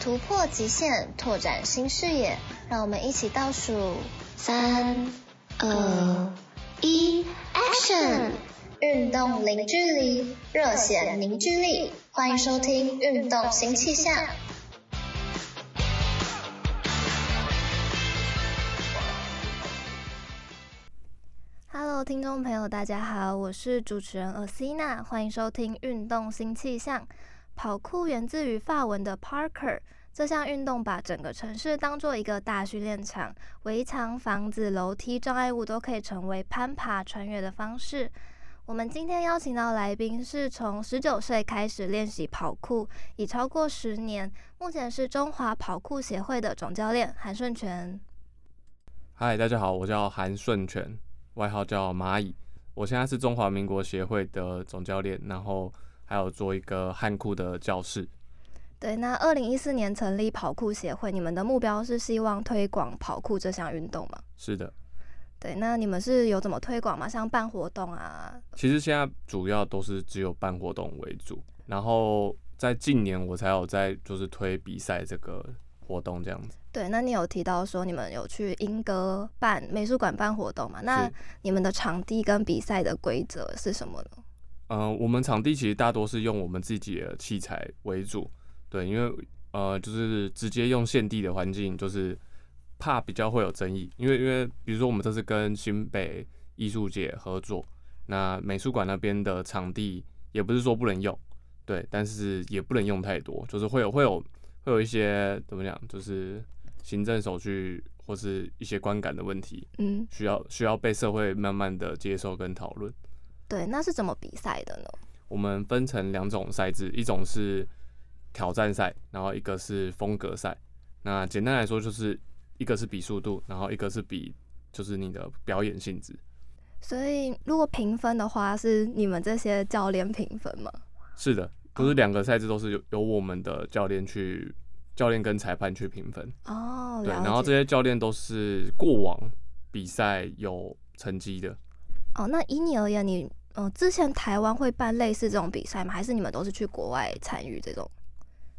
突破极限，拓展新视野，让我们一起倒数三、二、一，Action！运动零距离，热血凝聚力，欢迎收听《运动新气象》。 Hello，听众朋友，大家好，我是主持人 Asina，欢迎收听《运动新气象》。跑酷源自于法文的 Parker，这项运动把整个城市当做一个大训练场，围墙、房子、楼梯、障碍物都可以成为攀爬、穿越的方式。我们今天邀请到来宾是从十九岁开始练习跑酷，已超过十年，目前是中华跑酷协会的总教练韩顺全。嗨，大家好，我叫韩顺全，外号叫蚂蚁。我现在是中华民国协会的总教练，然后还有做一个汉库的教室。对，那二零一四年成立跑酷协会，你们的目标是希望推广跑酷这项运动吗？是的，对，那你们是有怎么推广吗？像办活动啊，其实现在主要都是只有办活动为主，然后在近年我才有在就是推比赛这个活动这样子。对，那你有提到说你们有去英歌办美术馆办活动嘛？那是你们的场地跟比赛的规则是什么呢？呃，我们场地其实大多是用我们自己的器材为主，对，因为呃，就是直接用现地的环境，就是怕比较会有争议，因为因为比如说我们这次跟新北艺术节合作，那美术馆那边的场地也不是说不能用，对，但是也不能用太多，就是会有会有会有一些怎么讲，就是行政手续或是一些观感的问题，嗯，需要需要被社会慢慢的接受跟讨论。对，那是怎么比赛的呢？我们分成两种赛制，一种是挑战赛，然后一个是风格赛。那简单来说，就是一个是比速度，然后一个是比就是你的表演性质。所以如果评分的话，是你们这些教练评分吗？是嗯的，就是两个赛制都是由由我们的教练去教练跟裁判去评分。哦，对，了解。然后这些教练都是过往比赛有成绩的。哦，那以你而言，你呃之前台湾会办类似这种比赛吗？还是你们都是去国外参与这种？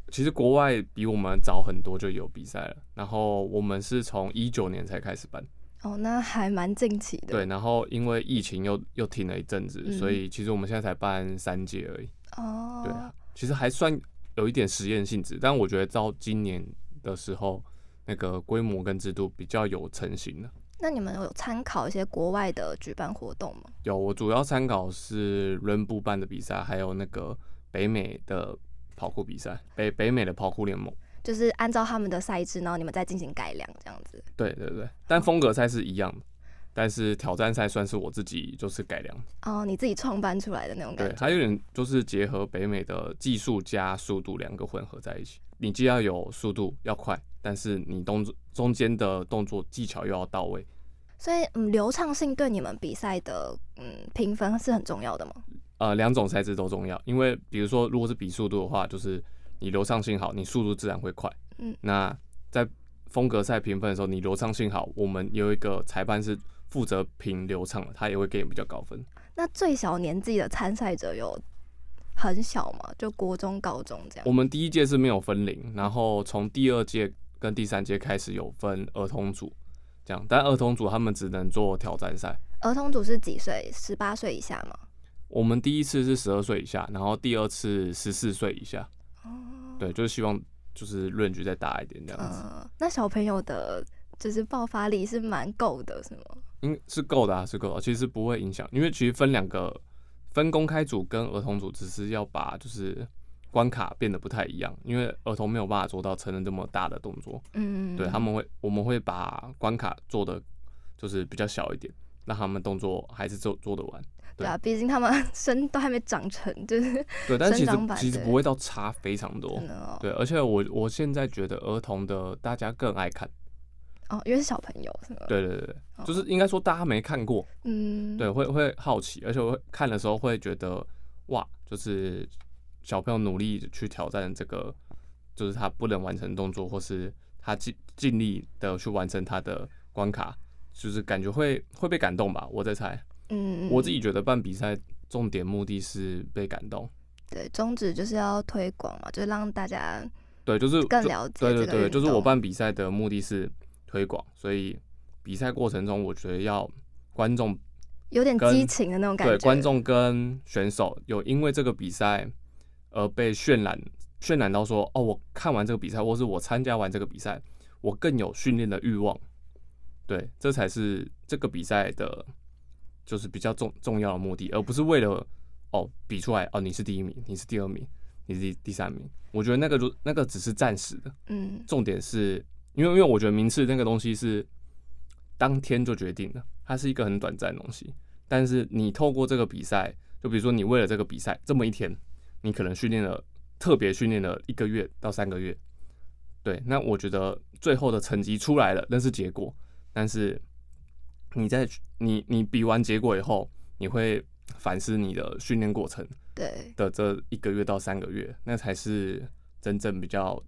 其实国外比我们早很多就有比赛了，然后我们是从一九年才开始办。哦，那还蛮近期的。对，然后因为疫情又又停了一阵子，嗯所以其实我们现在才办三届而已。哦，对，啊其实还算有一点实验性质，但我觉得到今年的时候，那个规模跟制度比较有成型了。那你们有参考一些国外的举办活动吗？有，我主要参考是伦布办的比赛，还有那个北美的跑酷比赛，北北美的跑酷联盟。就是按照他们的赛制，然后你们再进行改良这样子。对对对，哦但风格赛是一样的，但是挑战赛算是我自己就是改良。哦，你自己创办出来的那种感对，觉。它有点就是结合北美的技术加速度两个混合在一起。你既要有速度要快，但是你动作中间的动作技巧又要到位。所以，嗯，流畅性对你们比赛的嗯评分是很重要的吗？呃，两种赛制都重要，因为比如说如果是比速度的话，就是你流畅性好，你速度自然会快。嗯，那在风格赛评分的时候，你流畅性好，我们有一个裁判是负责评流畅的，他也会给你比较高分。那最小年纪的参赛者有很小吗？就国中、高中这样我？们第一届是没有分龄，然后从第二届跟第三届开始有分儿童组，这样，但儿童组他们只能做挑战赛。儿童组是几岁？十八岁以下吗？我们第一次是十二岁以下，然后第二次十四岁以下，哦，对，就是希望就是论据再大一点这样子，呃，那小朋友的就是爆发力是蛮够的，是吗？应是够的啊，是够的，其实不会影响，因为其实分两个分公开组跟儿童组，只是要把就是关卡变得不太一样，因为儿童没有办法做到成人这么大的动作，嗯，对他们会，我们会把关卡做的就是比较小一点，让他们动作还是做做得完。对啊，毕竟他们身都还没长成，就是对，但其实生长板其实对不会到差非常多真。的哦，对，而且我我现在觉得儿童的大家更爱看，哦，因为是小朋友，是吗？，对对对，对就是应该说大家没看过，哦嗯，对，会会好奇，而且我会看的时候会觉得哇，就是小朋友努力去挑战这个，就是他不能完成的动作，或是他尽尽力的去完成他的关卡，就是感觉会会被感动吧，我在猜，嗯，嗯，我自己觉得办比赛重点目的是被感动。对宗旨就是要推广嘛，就是让大家对，就是更就了解对这对个对，运就是我动办比赛的目的是推广，所以比赛过程中，我觉得要观众有点跟激情的那种感觉，对观众跟选手有因为这个比赛而被渲染渲染到说，哦，我看完这个比赛，或是我参加完这个比赛，我更有训练的欲望。对，这才是这个比赛的，就是比较重重要的目的，而不是为了哦比出来哦你是第一名，你是第二名，你是第第三名。我觉得那个如那个只是暂时的，嗯，重点是因为因为我觉得名次那个东西是当天就决定的，它是一个很短暂的东西。但是你透过这个比赛，就比如说你为了这个比赛这么一天，你可能训练了特别训练了一个月到三个月，对，那我觉得最后的成绩出来了，那是结果，但是你在你你比完结果以后，你会反思你的训练过程，对，的这一个月到三个月，那才是真正比较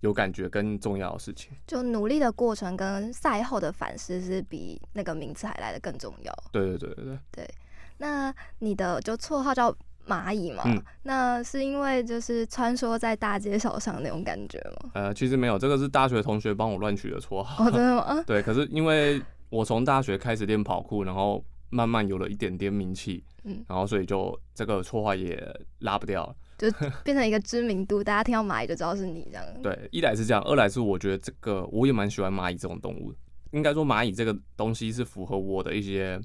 有感觉跟重要的事情。就努力的过程跟赛后的反思是比那个名次还来的更重要。对对对对对，那你的就绰号叫蚂蚁嘛？嗯那是因为就是穿梭在大街小巷那种感觉 吗？呃，其实没有，这个是大学同学帮我乱取的绰号。哦，真的吗？啊对，可是因为我从大学开始练跑酷，然后慢慢有了一点点名气，嗯然后所以就这个绰号也拉不掉了。就变成一个知名度，大家听到蚂蚁就知道是你这样。对，一来是这样，二来是我觉得这个我也蛮喜欢蚂蚁这种动物的。应该说蚂蚁这个东西是符合我的一些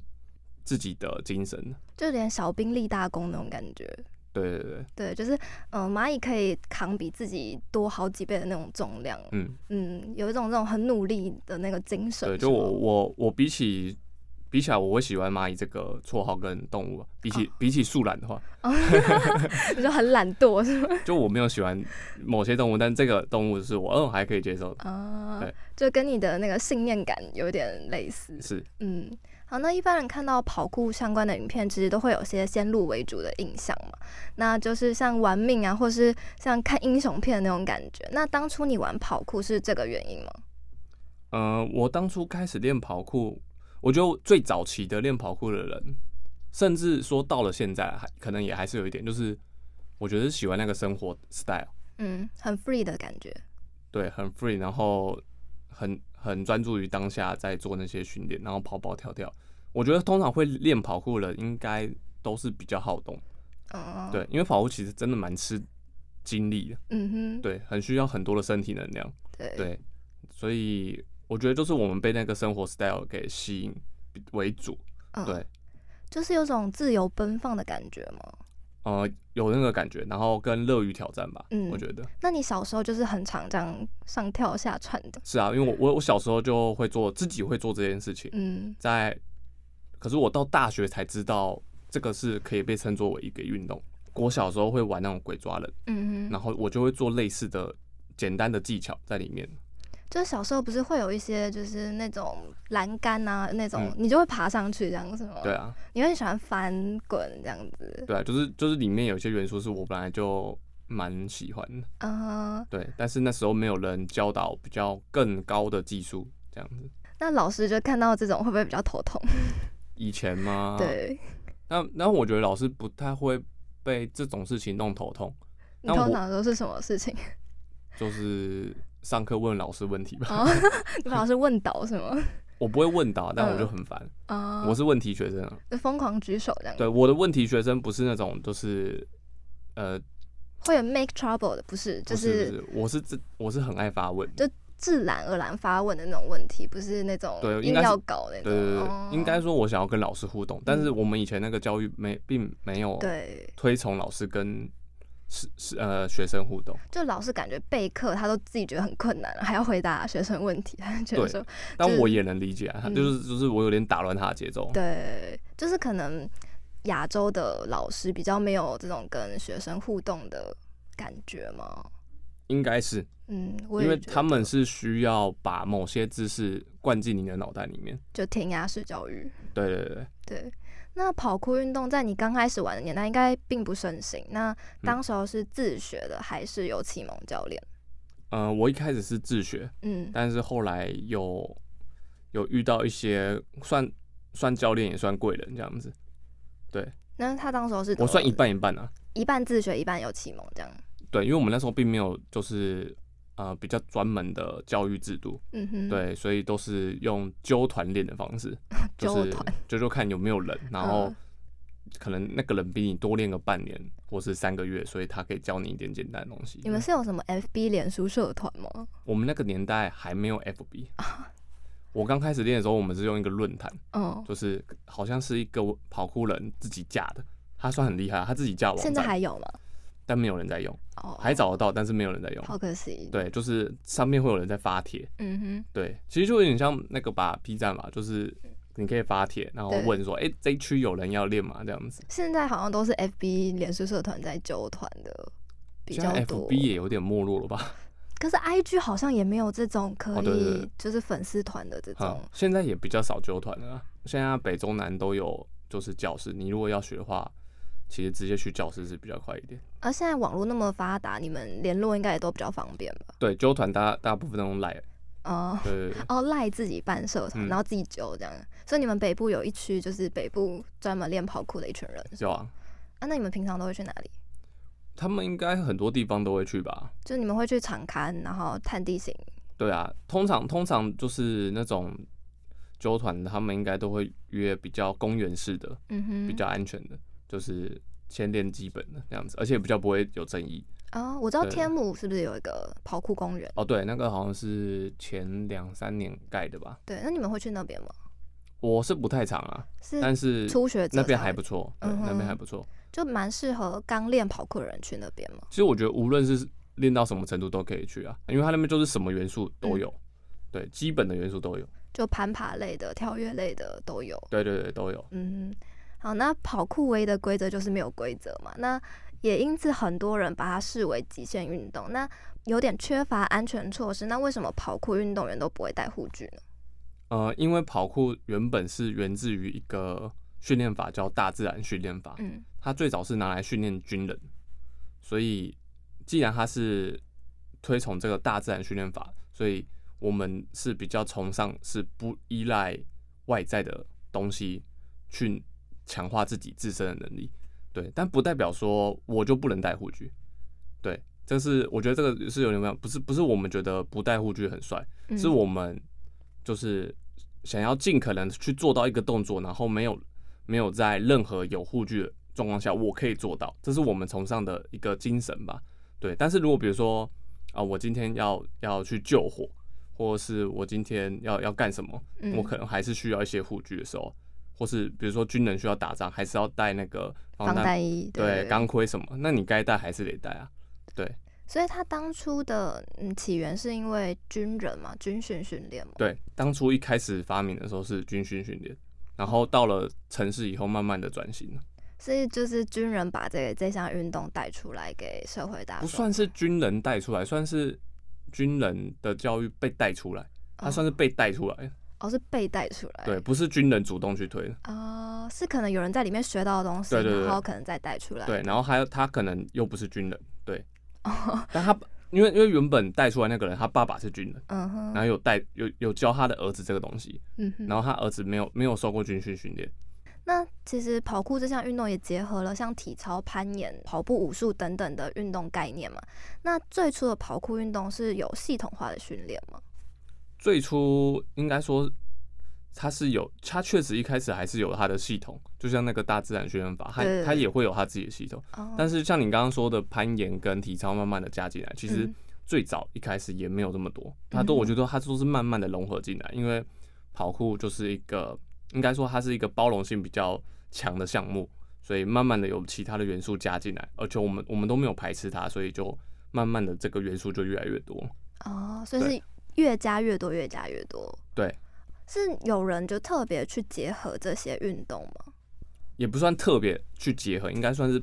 自己的精神的。就连小兵立大功那种感觉。对对对，对，就是嗯、呃蚂蚁可以扛比自己多好几倍的那种重量。嗯。嗯，有一种这种很努力的那个精神。对，就我我我比起比起来，我会喜欢蚂蚁这个绰号跟动物啊。比起、比起树懒的话， 你就很懒惰是吗？就我没有喜欢某些动物，但这个动物是我嗯还可以接受的。啊对，就跟你的那个信念感有点类似。是，嗯，好，那一般人看到跑酷相关的影片，其实都会有些先入为主的印象嘛。那就是像玩命啊，或是像看英雄片的那种感觉。那当初你玩跑酷是这个原因吗？嗯、我当初开始练跑酷，我觉得我最早期的练跑酷的人，甚至说到了现在，还可能也还是有一点，就是我觉得是喜欢那个生活 style，嗯，很 free 的感觉。对，很 free，然后很很专注于当下在做那些训练，然后跑跑跳跳。我觉得通常会练跑酷的人应该都是比较好动，嗯，，对，因为跑酷其实真的蛮吃精力的，嗯哼，对，很需要很多的身体能量，对对，所以我觉得就是我们被那个生活 style 给吸引为主，嗯对，就是有种自由奔放的感觉嘛。呃，有那个感觉，然后更乐于挑战吧，嗯我觉得那你小时候就是很常这样上跳下窜的，是啊，因为我我我小时候就会做自己会做这件事情，嗯，在，可是我到大学才知道这个是可以被称作为一个运动。我小时候会玩那种鬼抓人，嗯哼，然后我就会做类似的简单的技巧在里面。就是小时候不是会有一些就是那种栏杆啊那种，嗯你就会爬上去这样是吗？对，啊，你会喜欢翻滚这样子，对啊，就是就是里面有些元素是我本来就蛮喜欢的，嗯哼，对，但是那时候没有人教导比较更高的技术这样子。那老师就看到这种会不会比较头痛？以前嘛，，对，那那我觉得老师不太会被这种事情弄头痛，你那通我常都是什么事情？就是上课问老师问题吧。哦，你把老师问倒是吗？我不会问答，但我就嗯很烦，啊、我是问题学生啊。就疯狂举手这样，对，我的问题学生不是那种，就是呃，会有 make trouble 的，不是，不就是不是，我是这我是很爱发问的，就自然而然发问的那种问题，不是那种对应硬该是要搞那种。对对对，哦嗯对应该说我想要跟老师互动，但是我们以前那个教育没并没有对，推崇老师跟是是呃学生互动，就老是感觉备课他都自己觉得很困难了，还要回答学生问题， 他就觉得对说，但就是嗯我也能理解啊，就是就是我有点打乱他的节奏，对，就是可能亚洲的老师比较没有这种跟学生互动的感觉吗？应该是嗯，我因也为觉他们得是需要把某些知识灌进你的脑袋里面。就填鸭式教育。对对对对，对，那跑酷运动在你刚开始玩的年代应该并不盛行。那嗯当时候是自学的，还是有启蒙教练？呃，我一开始是自学，嗯但是后来有有遇到一些算算教练也算贵人这样子，那他当时候是怎我么算一半一半啊。一半自学，一半有启蒙这样。对，因为我们那时候并没有就是呃比较专门的教育制度，嗯哼，，对，所以都是用揪团练的方式，就纠是团揪揪看有没有人，然后嗯可能那个人比你多练个半年或是三个月，所以他可以教你一点简单的东西。你们是有什么 FB 脸书社团吗？我们那个年代还没有 FB，我啊刚开始练的时候，我们是用一个论坛，嗯，就是好像是一个跑酷人自己架的，他算很厉害，他自己架网现在站，还有吗？但没有人在用，哦，还找得到，但是没有人在用。好可惜。，对，就是上面会有人在发帖，嗯哼，对，其实就有点像那个吧 B 站吧，就是你可以发帖，然后对问说，哎、这一区有人要练吗？这样子。现在好像都是 FB 脸书社团在纠团的比现较在多 FB。也有点没落了吧？可是 IG 好像也没有这种可哦对对以对就是粉丝团的这种嗯，现在也比较少纠团了啦。现在北中南都有就是教室，你如果要学的话，其实直接去教室是比较快一点。而啊现在网络那么发达，你们联络应该也都比较方便吧？对，纠团大大部分都用赖，哦、对对对哦，赖自己办社团，嗯然后自己揪这样。所以你们北部有一区就是北部专门练跑酷的一群人有啊，啊，那你们平常都会去哪里？他们应该很多地方都会去吧？就你们会去场刊，然后探地形。对啊，通常通常就是那种纠团，他们应该都会约比较公园式的，嗯哼，比较安全的，就是先练基本的那样子，而且比较不会有争议。哦，我知道对天母是不是有一个跑酷公园？哦，对，那个好像是前两三年盖的吧，对，那你们会去那边吗？我是不太长啊，是但是嗯初学者那边才还会不错，对，嗯哼那边还不错。就蛮适合刚练跑酷的人去那边嘛。其实我觉得无论是练到什么程度都可以去啊，因为它那边就是什么元素都有，嗯对，基本的元素都有，就攀爬类的、跳跃类的都有。对对对都有。嗯，好，那跑酷唯一的规则就是没有规则嘛，那也因此很多人把它视为极限运动，那有点缺乏安全措施。那为什么跑酷运动员都不会戴护具呢？呃，因为跑酷原本是源自于一个训练法叫大自然训练法，嗯，它最早是拿来训练军人，所以既然它是推崇这个大自然训练法，所以我们是比较崇尚是不依赖外在的东西去强化自己自身的能力，对，但不代表说我就不能戴护具，对，这是我觉得这个是有点不一样不是不是我们觉得不戴护具很帅，嗯是我们就是想要尽可能去做到一个动作，然后没有没有在任何有护具的状况下，我可以做到，这是我们崇尚的一个精神吧。对，但是如果比如说啊、我今天要要去救火，或是我今天要要干什么，嗯我可能还是需要一些护具的时候，或是比如说军人需要打仗，还是要带哦那个防弹衣，对钢盔什么，那你该带还是得带啊。对所以他当初的嗯起源是因为军人嘛，军训训练嘛。对，当初一开始发明的时候是军训训练，然后到了城市以后慢慢的转型了，是就是军人把这个这项运动带出来给社会大众，不算是军人带出来，算是军人的教育被带出来，他算是被带出来的，嗯哦是被带出来，哦对，不是军人主动去推的，啊、是可能有人在里面学到的东西，对对对然后可能再带出来，对，然后还有他可能又不是军人， 对，但他因为因为原本带出来那个人，他爸爸是军人，嗯哼，然后有带有有教他的儿子这个东西，嗯哼然后他儿子没有没有受过军训训练，那其实跑酷这项运动也结合了像体操、攀岩、跑步、武术等等的运动概念嘛。那最初的跑酷运动是有系统化的训练吗？最初应该说它是有，它确实一开始还是有它的系统，就像那个大自然训练法，它对它也会有它自己的系统。哦，但是像你刚刚说的攀岩跟体操，慢慢的加进来，其实嗯最早一开始也没有这么多，它都嗯我觉得它都是慢慢的融合进来，因为跑酷就是一个应该说它是一个包容性比较强的项目，所以慢慢的有其他的元素加进来，而且我们我们都没有排斥它，所以就慢慢的这个元素就越来越多。哦，所以对是越加越多，越加越多。对，是有人就特别去结合这些运动吗？也不算特别去结合，应该算是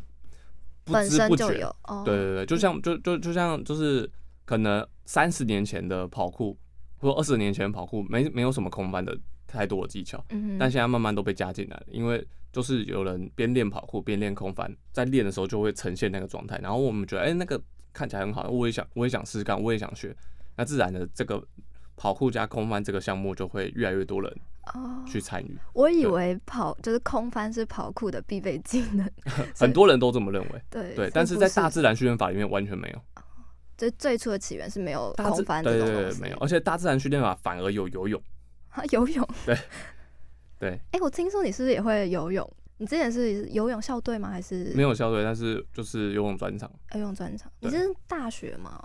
不本知身不就觉有。哦，对对对，就像就就就像就是可能三十年前的跑酷，或二十年前的跑酷，没没有什么空翻的太多的技巧，嗯但哼，现在慢慢都被加进来了，因为就是有人边练跑酷边练空翻，在练的时候就会呈现那个状态，然后我们觉得哎、那个看起来很好，我也想我也想试试看，我也想学，那自然的这个跑酷加空翻这个项目就会越来越多人哦，去参与，我以对为跑就是空翻是跑酷的必备技能， 所以很多人都这么认为。对对，所但以是不在大自然训练法里面完全没有，就最初的起源是没有大自空翻对这对种对东西，没有，而且大自然训练法反而有游泳，啊 游泳，对，哎，我听说你是不是也会游泳？你之前是游泳校队吗？还是没有校队，但是就是游泳专场。游泳专场？你对是大学吗？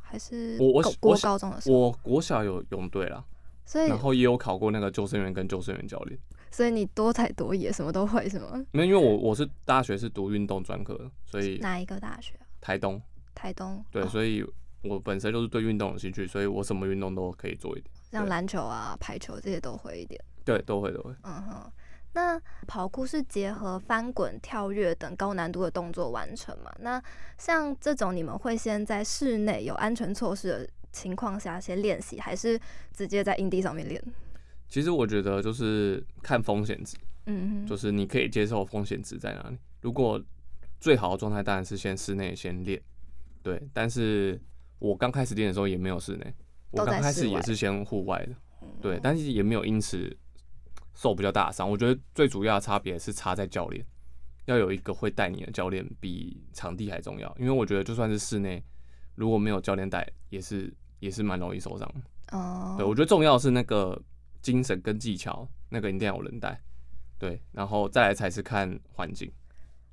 还是我我高我国高中的时候？我国小有游泳队啦，所以然后也有考过那个救生员跟救生员教练。所以你多才多艺，什么都会，是吗？没有，因为我我是大学是读运动专科的，所以哪一个大学啊？台东台东对，哦所以我本身就是对运动有兴趣，所以我什么运动都可以做一点，像对篮球啊、排球这些都会一点。对，都会都会。嗯哼，那跑酷是结合翻滚、跳跃等高难度的动作完成嘛？那像这种，你们会先在室内有安全措施的情况下先练习，还是直接在营地上面练？其实我觉得就是看风险值，嗯就哼，是你可以接受风险值在哪里。如果最好的状态当然是先室内先练，对。但是我刚开始练的时候也没有室内，我都在刚开始室外嗯也是先户外的，对。但是也没有因此受比较大的伤。我觉得最主要的差别是差在教练，要有一个会带你的教练比场地还重要。因为我觉得就算是室内，如果没有教练带，也是也是蛮容易受伤的。对，哦，我觉得重要的是那个精神跟技巧，那个一定要有人带。对，然后再来才是看环境。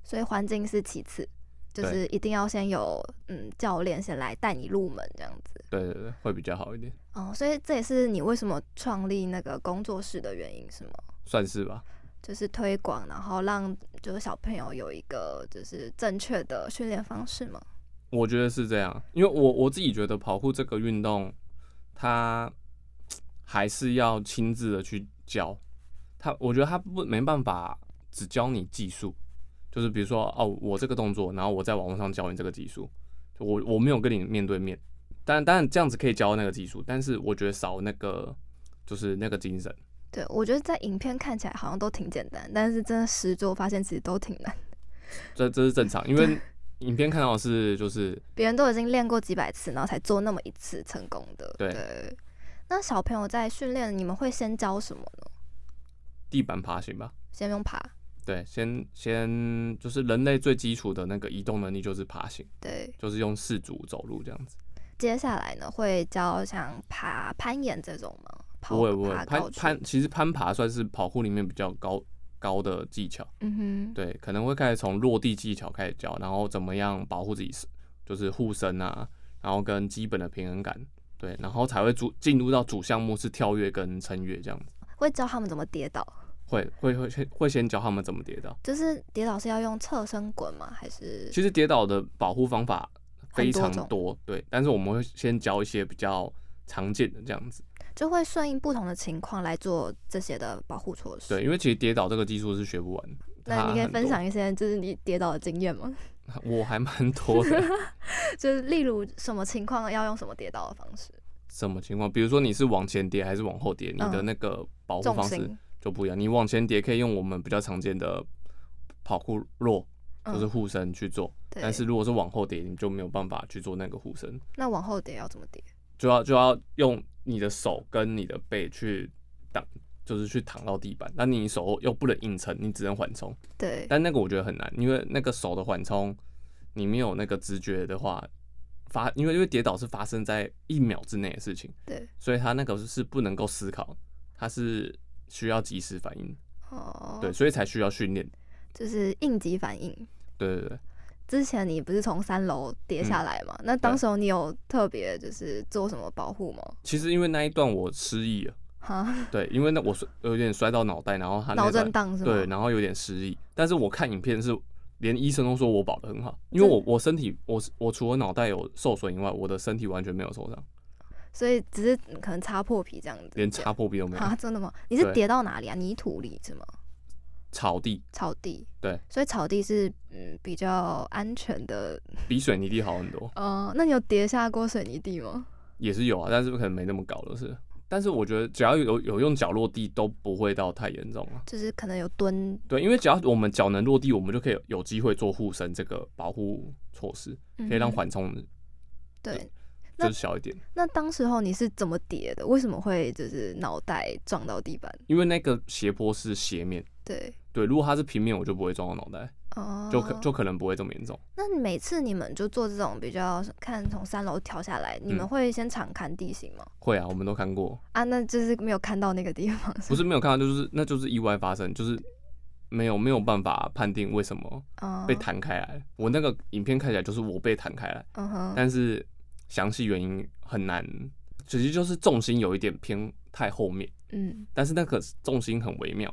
所以环境是其次，就是一定要先有嗯教练先来带你入门这样子。对对对，会比较好一点，哦，所以这也是你为什么创立那个工作室的原因是吗？算是吧。就是推广，然后让就是小朋友有一个就是正确的训练方式嘛。我觉得是这样，因为我我自己觉得跑酷这个运动，它还是要亲自的去教。它，我觉得它不没办法只教你技术，就是比如说哦，我这个动作，然后我在网络上教你这个技术，就我我没有跟你面对面。当然，当然这样子可以教那个技术，但是我觉得少那个就是那个精神。对，我觉得在影片看起来好像都挺简单，但是真的实做发现其实都挺难。这这是正常，因为影片看到的是就是别人都已经练过几百次，然后才做那么一次成功的。对那小朋友在训练，你们会先教什么呢？地板爬行吧。先用爬，对，先先就是人类最基础的那个移动能力就是爬行，对。就是用四足走路这样子。接下来呢，会教像爬、攀岩这种吗？跑不会不会，爬高攀处攀其实攀爬算是跑酷里面比较高高的技巧。嗯哼，对，可能会开始从落地技巧开始教，然后怎么样保护自己身，就是护身啊，然后跟基本的平衡感。对，然后才会主进入到主项目是跳跃跟撑跃这样子，会教他们怎么跌倒，会会会先会先教他们怎么跌倒。就是跌倒是要用侧身滚吗？还是其实跌倒的保护方法非常很多种多，对，但是我们会先教一些比较常见的这样子，就会顺应不同的情况来做这些的保护措施。对，因为其实跌倒这个技术是学不完。那你可以分享一一些就是你跌倒的经验吗？下，我还蛮 多的。就是例如什么情况要用什么跌倒的方式？什么情况？比如说你是往前跌还是往后跌，你的嗯那个保护重方式心，就不一样。你往前跌可以用我们比较常见的跑酷落，就是嗯，护身去做，对但是如果是往后跌，你就没有办法去做那个护身，那往后跌要怎么跌？就要就要用你的手跟你的背去挡，就是去躺到地板。那你手又不能硬撑，你只能缓冲。对，但那个我觉得很难，因为那个手的缓冲，你没有那个直觉的话，发因为因为跌倒是发生在一秒之内的事情，对，所以他那个是不能够思考，他是需要及时反应，哦，对，，所以才需要训练。就是应急反应。对对对，之前你不是从三楼嗯跌下来嘛？那当时候你有特别就是做什么保护吗？其实因为那一段我失忆了，哈， 对，因为那我摔呃有点摔到脑袋，然后他那脑段震荡是吗？对，然后有点失忆。但是我看影片是，连医生都说我保的很好，因为我我身体我是我除了脑袋有受损以外，我的身体完全没有受伤，所以只是可能擦破皮这样子。 连擦破皮都没有啊，。真的吗？你是对跌到哪里啊？泥土里是吗？草地，草地。对，所以草地是嗯比较安全的。比水泥地好很多，哦、那你有跌下过水泥地吗？也是有啊，但是可能没那么高了是。但是我觉得只要有有用脚落地都不会到太严重啊。就是可能有蹲，对，因为只要我们脚能落地，我们就可以有机会做护身这个保护措施，可以让嗯哼缓冲对。那就是小一点。那当时候你是怎么跌的？为什么会就是脑袋撞到地板？因为那个斜坡是斜面，对，对，如果它是平面，我就不会撞到脑袋，哦，就可就可能不会这么严重。那你每次你们就做这种比较看从三楼跳下来，你们嗯会先常看地形吗？会啊，我们都看过，啊，那就是没有看到那个地方，不是没有看到，就是那就是意外发生，就是没有没有办法判定为什么哦，被弹开来。我那个影片看起来就是我被弹开来，嗯哼，但是详细原因很难，其实就是重心有一点偏太后面，嗯，但是那个重心很微妙，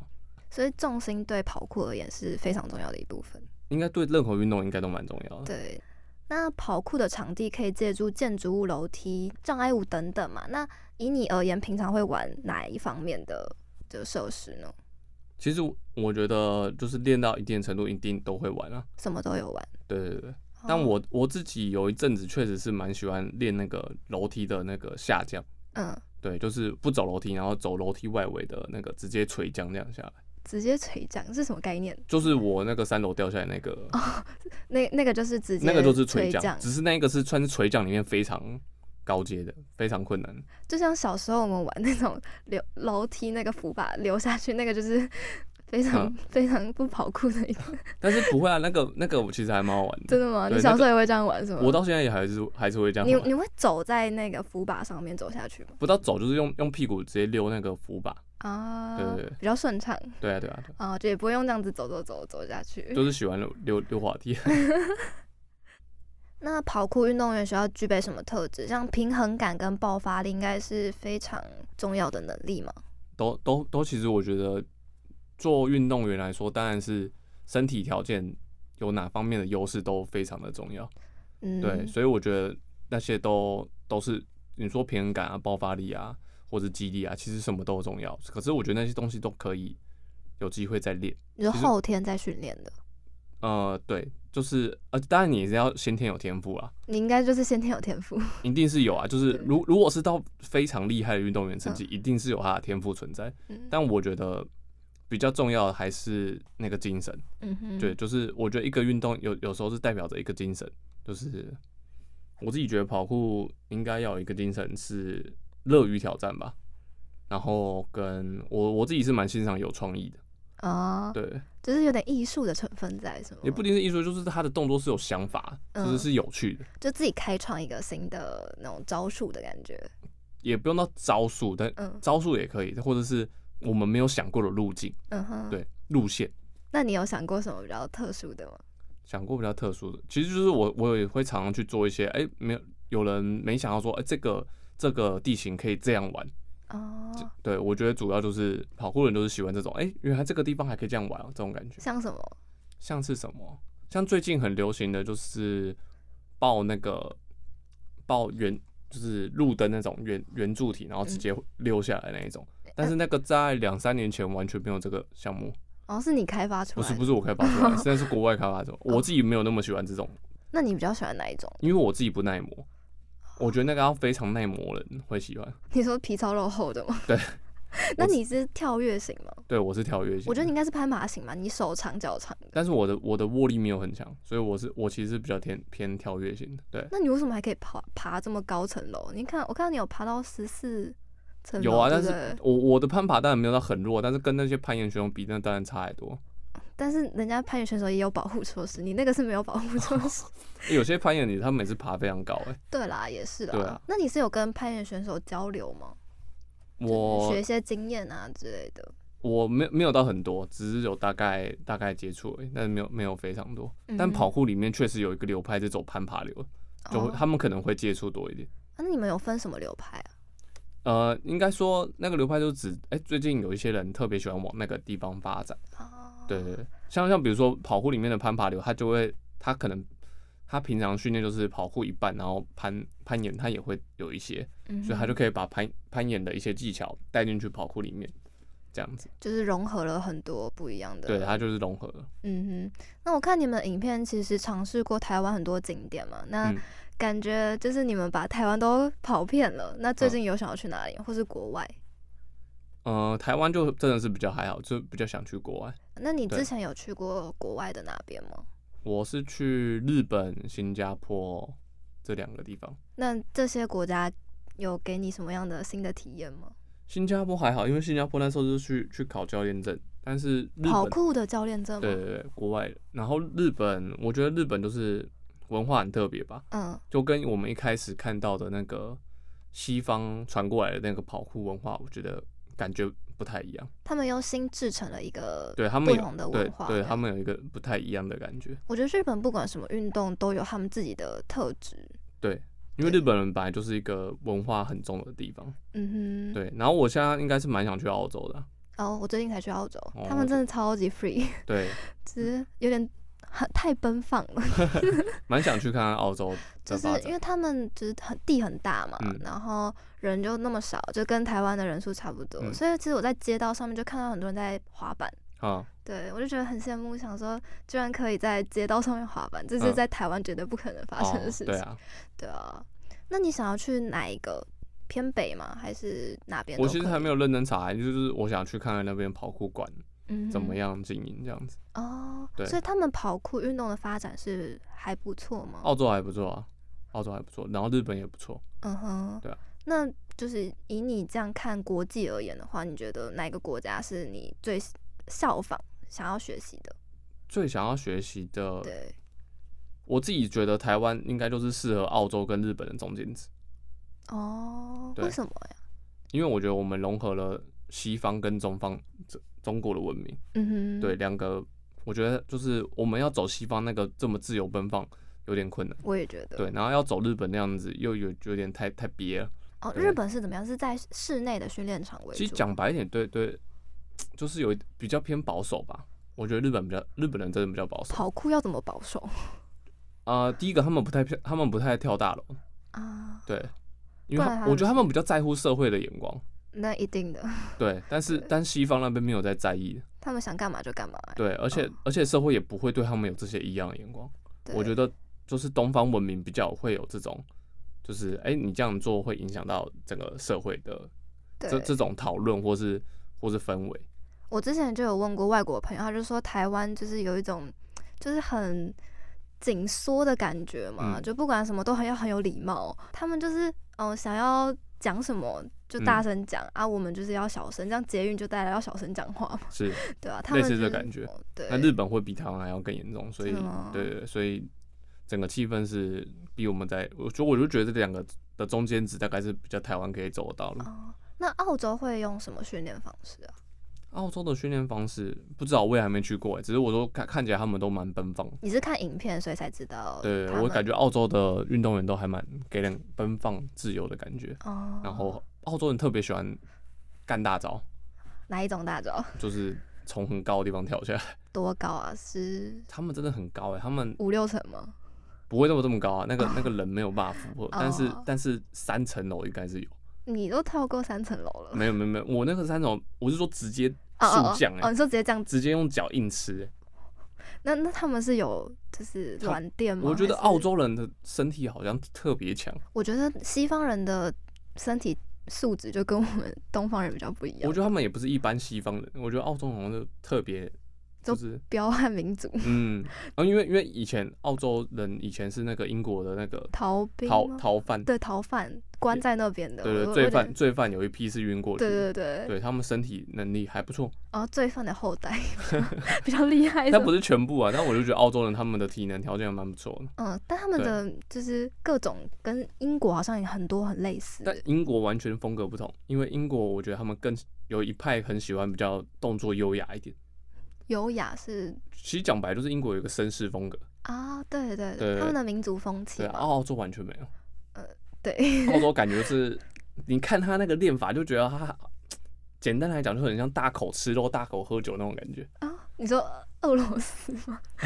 所以重心对跑酷而言是非常重要的一部分。应该对任何运动应该都蛮重要的。对，那跑酷的场地可以借助建筑物、楼梯、障碍物等等嘛。那以你而言，平常会玩哪一方面的的设施呢？其实我我觉得就是练到一定程度，一定都会玩啊。什么都有玩。对对对对。但哦我我自己有一阵子确实是蛮喜欢练那个楼梯的那个下降，嗯，对，就是不走楼梯，然后走楼梯外围的那个直接垂降这样下来，直接垂降这是什么概念？就是我那个三楼掉下来那个，那那个就是哦直接那个就是垂垂降，只是那个是算是垂降里面非常高阶的，非常困难。就像小时候我们玩那种流楼梯那个扶把流下去，那个就是 非常、嗯非常不跑酷的一个。但是不会啊，那个那个我其实还蛮好玩的，真的吗？对你小时候也会这样玩是吗？我到现在也还是还是会这啊你样玩，你会走在那个扶把上面走下去吗？不到走就是用用屁股直接溜那个扶把，啊，对对对比较顺畅对啊对啊，对啊啊啊，就也不会用这样子走走走走下 去。就是喜欢溜溜溜滑梯。那跑酷运动员需要具备什么特质？像平衡感跟爆发力，应该是非常重要的能力嘛。都都都，其实我觉得做运动员来说，当然是身体条件有哪方面的优势都非常的重要。嗯，对，所以我觉得那些都都是你说平衡感啊、爆发力啊，或者肌力啊，其实什么都重要。可是我觉得那些东西都可以有机会再练。你说其实后天再训练的，呃，对，就是呃，当然你也是要先天有天赋啊，你应该就是先天有天赋。一定是有啊。就是对如如果是到非常厉害的运动员成绩，一定是有他的天赋存在。嗯但我觉得比较重要的还是那个精神。嗯哼，对，，就是我觉得一个运动有有时候是代表着一个精神，就是我自己觉得跑酷应该要有一个精神是乐于挑战吧。然后跟我我自己是蛮欣赏有创意的，啊，对，就是有点艺术的成分在，是吗？也不一定是艺术，就是他的动作是有想法，就是嗯是有趣的，就自己开创一个新的那种招数的感觉。也不用到招数，但嗯招数也可以，或者是我们没有想过的路径，嗯哼，。对，路线。那你有想过什么比较特殊的吗？想过比较特殊的，其实就是我我也会常常去做一些，哎、没有有人没想到说，哎、这个这个地形可以这样玩，哦，对，我觉得主要就是跑酷人都是喜欢这种，哎、原来这个地方还可以这样玩、哦，这种感觉。像什么？像是什么？像最近很流行的就是报那个报圆，就是路灯那种圆圆柱体，然后直接溜下来那一种。但是那个在两三年前完全没有这个项目，哦，是你开发出不来是的？不是我开发出来的，现在是国外开发出来的。我自己没有那么喜欢这种，那你比较喜欢哪一种？因为我自己不耐磨。哦我觉得那个要非常耐磨的人会喜欢。你说皮糙肉厚的吗？对。 那我你是跳跃型吗？对我是跳跃型的，我觉得你应该是攀爬型吧，你手长脚长的。但是我的我的握力没有很强，所以我是我其实是比较偏偏跳跃型的。对，那你为什么还可以爬爬这么高层楼？你看，我看到你有爬到十四层楼，有啊，对但不是对？我我的攀爬当然没有到很弱，但是跟那些攀岩选手比，那当然差太多。但是人家攀岩选手也有保护措施，你那个是没有保护措 施。欸有些攀岩你他们每次爬非常高、欸，哎， 对啦，也是啦。对啊那你是有跟攀岩选手交流吗？我学一些经验啊之类的。我没没有到很多，只是有大概大概接触而已，但是没有没有非常多。但嗯跑酷里面确实有一个流派是走攀爬流的，就会哦他们可能会接触多一点。啊那你们有分什么流派啊？呃，应该说那个流派就指，哎、最近有一些人特别喜欢往那个地方发展。哦，对对，对，像像比如说跑酷里面的攀爬流，他就会他可能他平常训练就是跑酷一半，然后攀攀岩他也会有一些，嗯哼所以他就可以把攀攀岩的一些技巧带进去跑酷里面。这样子。就是融合了很多不一样的。对，它就是融合了。嗯哼，那我看你们影片其实尝试过台湾很多景点嘛，那嗯感觉就是你们把台湾都跑遍了。那最嗯近有想要去哪里，或是国外？呃，台湾就真的是比较还好，就比较想去国外。那你对之前有去过国外的哪边吗？我是去日本、新加坡这两个地方。那这些国家有给你什么样的新的体验吗？新加坡还好，因为新加坡那时候就是去去考教练证，但是日跑本酷的教练证对吗？对对，国外的。然后日本，我觉得日本就是文化很特别吧，嗯就跟我们一开始看到的那个西方传过来的那个跑酷文化，我觉得感觉不太一样。他们用心制成了一个对他们不有同的对文化。对他们有一个不太一样的感觉。我觉得日本不管什么运动都有他们自己的特质。对，因为对日本人本来就是一个文化很重的地方。嗯哼，。对，然后我现在应该是蛮想去澳洲的啊。哦，我最近才去澳洲，哦嗯他们真的超级 free，对， 只是有点很太奔放 了，蛮想去看看澳洲 就的是发因展。为他们就是很地很大嘛，嗯然后人就那么少，就跟台湾的人数差不多，嗯所以其实我在街道上面就看到很多人在滑板。啊，对，我就觉得很羡慕，想说居然可以在街道上面滑板，这是嗯在台湾绝对不可能发生的哦事，情。对啊，对啊，那你想要去哪一个偏北吗？还是哪边？我其实还没有，有认真查，就是我想去看看那边跑酷馆嗯，怎么？样经营这样子。哦，对所以他们跑酷运动的发展是还不错吗？澳洲还不错啊，澳洲还不错，然后日本也不错。嗯哼，对啊。那就是以你这样看国际而言的话，你觉得哪一个国家是你最效仿、想要学习的？最想要学习的，对，我自己觉得台湾应该就是适合澳洲跟日本的中间值，哦，对为什么呀？因为我觉得我们融合了西方跟中方中中国的文明，嗯哼，对，两个，我觉得就是我们要走西方那个这么自由奔放有点困难，我也觉得。对，然后要走日本那样子又有有点太太憋了。哦，对日本是怎么样？是在室内的训练场为主。其实讲白一点，对对，就是有一比较偏保守吧。我觉得日本比较日本人真的比较保守。跑酷要怎么保守啊、第一个他们不太偏他们不太跳大楼，啊？对，因为不然他他们我觉得他是们比较在乎社会的眼光，那一定的， 对，但是对但西方那边没有在在意，他们想干嘛就干嘛欸、对，而且而且社会也不会对他们有这些异样的眼光。对，我觉得就是东方文明比较会有这种，就是哎、诶你这样做会影响到整个社会的这对这种讨论或是或是氛围，我之前就有问过外国朋友，他就说台湾就是有一种就是很紧缩的感觉嘛，嗯就不管什么都很要很有礼貌，他们就是嗯、呃想要讲什么就大嗯声讲、啊，我们就是要小声，这样捷运就带来要小声讲话嘛， 是对啊，他类们、似就是、这感觉。哦对，那日本会比台湾还要更严重，所以真的吗对对对，所以整个气氛是比我们在，我觉得我就觉得这两个的中间值大概是比较台湾可以走得到路。哦，那澳洲会用什么训练方式啊？澳洲的训练方式不知道，我也还没去过欸，只是我说看看起来他们都蛮奔放的。你是看影片所以才知道他们？对，我感觉澳洲的运动员都还蛮给人奔放自由的感觉。哦，然后澳洲人特别喜欢干大招，哪一种大招？就是从很高的地方跳下 来。多高啊？是他们真的很高哎、他们五六层吗？不会那么这么高啊，那个那个人没有办法突破，但是哦但是三层楼应该是有。你都跳过三层楼了，没有没有没有，我那个三层楼，我是说直接哦速降哎、哦，你说直接这样子，直接用脚硬吃、欸。那那他们是有就是他软垫吗？我觉得嗯还是澳，洲人的身体好像特别强，我觉得西方人的身体素质就跟我们 东方人比较不一样，我觉得他们也不是一般西方人，我觉得澳洲人好像就特别就就是。彪悍民族嗯，然、后因为因为以前澳洲人以前是那个英国的那个逃兵逃吗逃犯，对逃犯关在那边的，对对我罪我有犯点罪犯有一批是晕过去对对的，对，对他们身体能力还不错，然后罪犯的后 代比较 厉害，但不是是全部啊，但我就觉得澳洲人他们的体能条件还蛮不错的，嗯，但他们对的就是各种跟英国好像也很多很类似，但英国完全风格不同，因为英国我觉得他们更有一派很喜欢比较动作优雅一点，优雅是其实讲白就是英国有一个绅士风格，啊，对对对他们的民族风气对啊，嘛，澳洲完全没有。对，澳洲感觉就是，你看他那个练法，就觉得他简单来讲，就很像大口吃肉、大口喝酒那种感觉。啊，你说俄罗斯吗？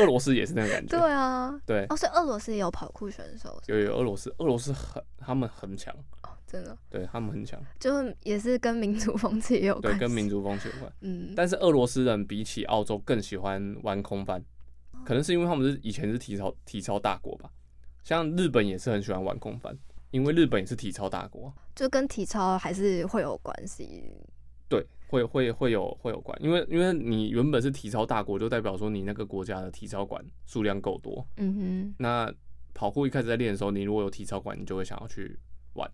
俄罗斯也是那种感觉，对啊，对，哦，所以俄罗斯也有跑酷选手，有有俄罗斯，俄罗斯很他们很强，真的对他们很强，就是也是跟民族风气也有关对，系，跟民族风情有关。嗯，但是俄罗斯人比起澳洲更喜欢玩空翻，可能是因为他们是以前是体操体操大国吧。像日本也是很喜欢玩空翻，因为日本也是体操大国啊，就跟体操还是会有关系，对，会会会有会有关，因为因为你原本是体操大国，就代表说你那个国家的体操馆数量够多。嗯那跑酷一开始在练的时候，你如果有体操馆，你就会想要去玩，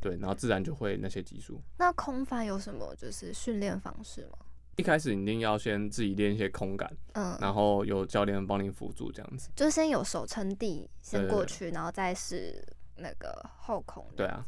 对，然后自然就会那些技术。哼。那空翻有什么就是训练方式吗？一开始你一定要先自己练一些空感，嗯，然后有教练帮你辅助这样子。就先有手撑地先对过对去，然后再是那个后空。对啊，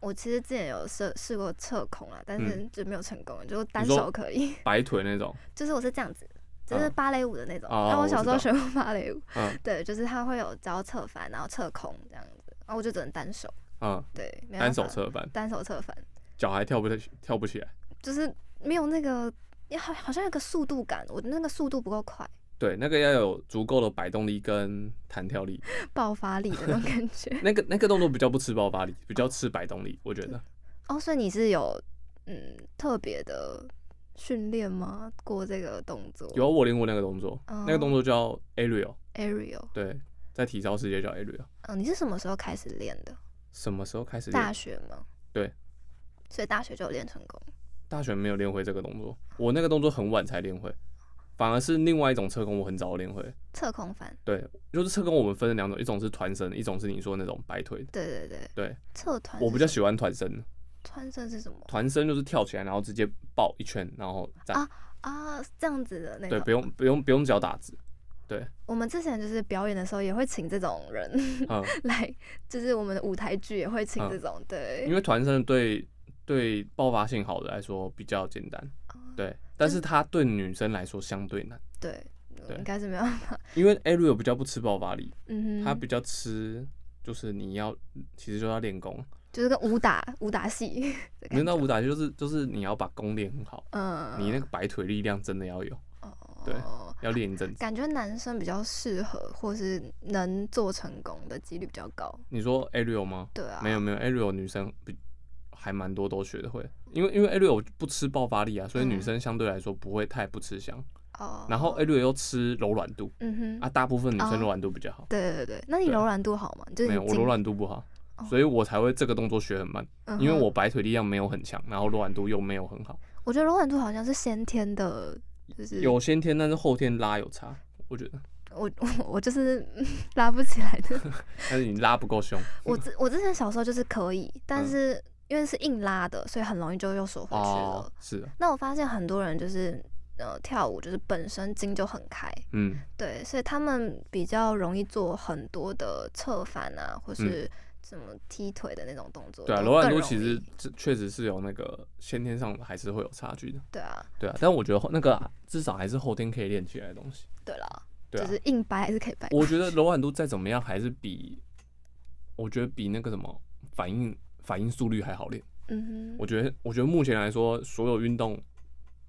我其实之前有试试过侧空啊，但是就没有成功，就单嗯说手可以， 白腿那种，就是我是这样子，就是嗯芭蕾舞的那种。哦但我我小知时候道学过芭蕾舞，嗯对，就是它会有教侧翻，然后侧空这样子，然后我就只能单手，嗯，对，没办单手法侧翻，单手侧翻，脚还跳不太跳不起来。就是没有那个，好好像有个速度感，我的那个速度不够快，对，那个要有足够的摆动力跟弹跳力，爆发力的那种感觉。 那个那个动作比较不吃爆发力，比较吃摆动力，我觉得。哦，所以你是有嗯特别的训练吗？过这个动作？有啊我练过那个动作，哦那个动作叫 aerial， Ariel，对，在体操世界叫 aerial。嗯，你是什么时候开始练的？什么时候开始大练？学吗？对，所以大学就有练成功。大学没有练会这个动作，我那个动作很晚才练会，反而是另外一种侧弓我很早练会。侧空翻，对，就是侧弓我们分了两种，一种是团身，一种是你说那种摆腿的。对对对，对侧团。我比较喜欢团身，穿身是什么团身就是跳起来然后直接抱一圈，然后站。啊？这样子的那对，个。不用不用不用脚打 字，我们之前就是表演的时候也会请这种人嗯，来，就是我们的舞台剧也会请嗯这种，对。因为团身对对爆发性好的来说比较简单，对，但是它对女生来说相对难，啊对，嗯对应该是没有办法。因为 aerial 比较不吃爆发力，嗯它哼，比较吃就是你要其实就要练功，就是跟武打武打戏的没感有到觉。武打就是就是你要把功练很好，嗯，你那个摆腿力量真的要有，对哦要练一阵子。感觉男生比较适合，或是能做成功的几率比较高。你说 aerial 吗？对啊，没有没有，aerial 女生比还蛮多都学的会，因为因为 aerial 不吃爆发力啊，所以嗯女生相对来说不会太不吃香。哦。然后 aerial 又吃柔软度嗯哼，啊，大部分女哦生柔软度比较好，对对对，那你对柔软度好吗？就是你没有我筋柔，软度不好哦，所以我才会这个动作学很慢，嗯因为哼我摆腿力量没有很强，然后柔软度又没有很好，我觉得柔软度好像是先天的，就是有先天但是后天拉有差，我觉得，我 我我就是拉不起来的。但是你拉不够凶， 我之我之前小时候就是可以，但嗯是因为是硬拉的，所以很容易就又缩回去了。哦，是的，那我发现很多人就是呃跳舞就是本身筋就很开，嗯，对，所以他们比较容易做很多的侧翻啊，或是什么踢腿的那种动作。嗯对啊，都柔软更度容其实易这确实是有那个先天上还是会有差距的，对啊，对啊，但我觉得后那个啊至少还是后天可以练起来的东西，对啦，对就啊，是硬掰还是可以掰。我觉得柔软度再怎么样还是比，我觉得比那个什么反应反应速率还好练。嗯我哼，觉得，我觉得目前来说，所有运动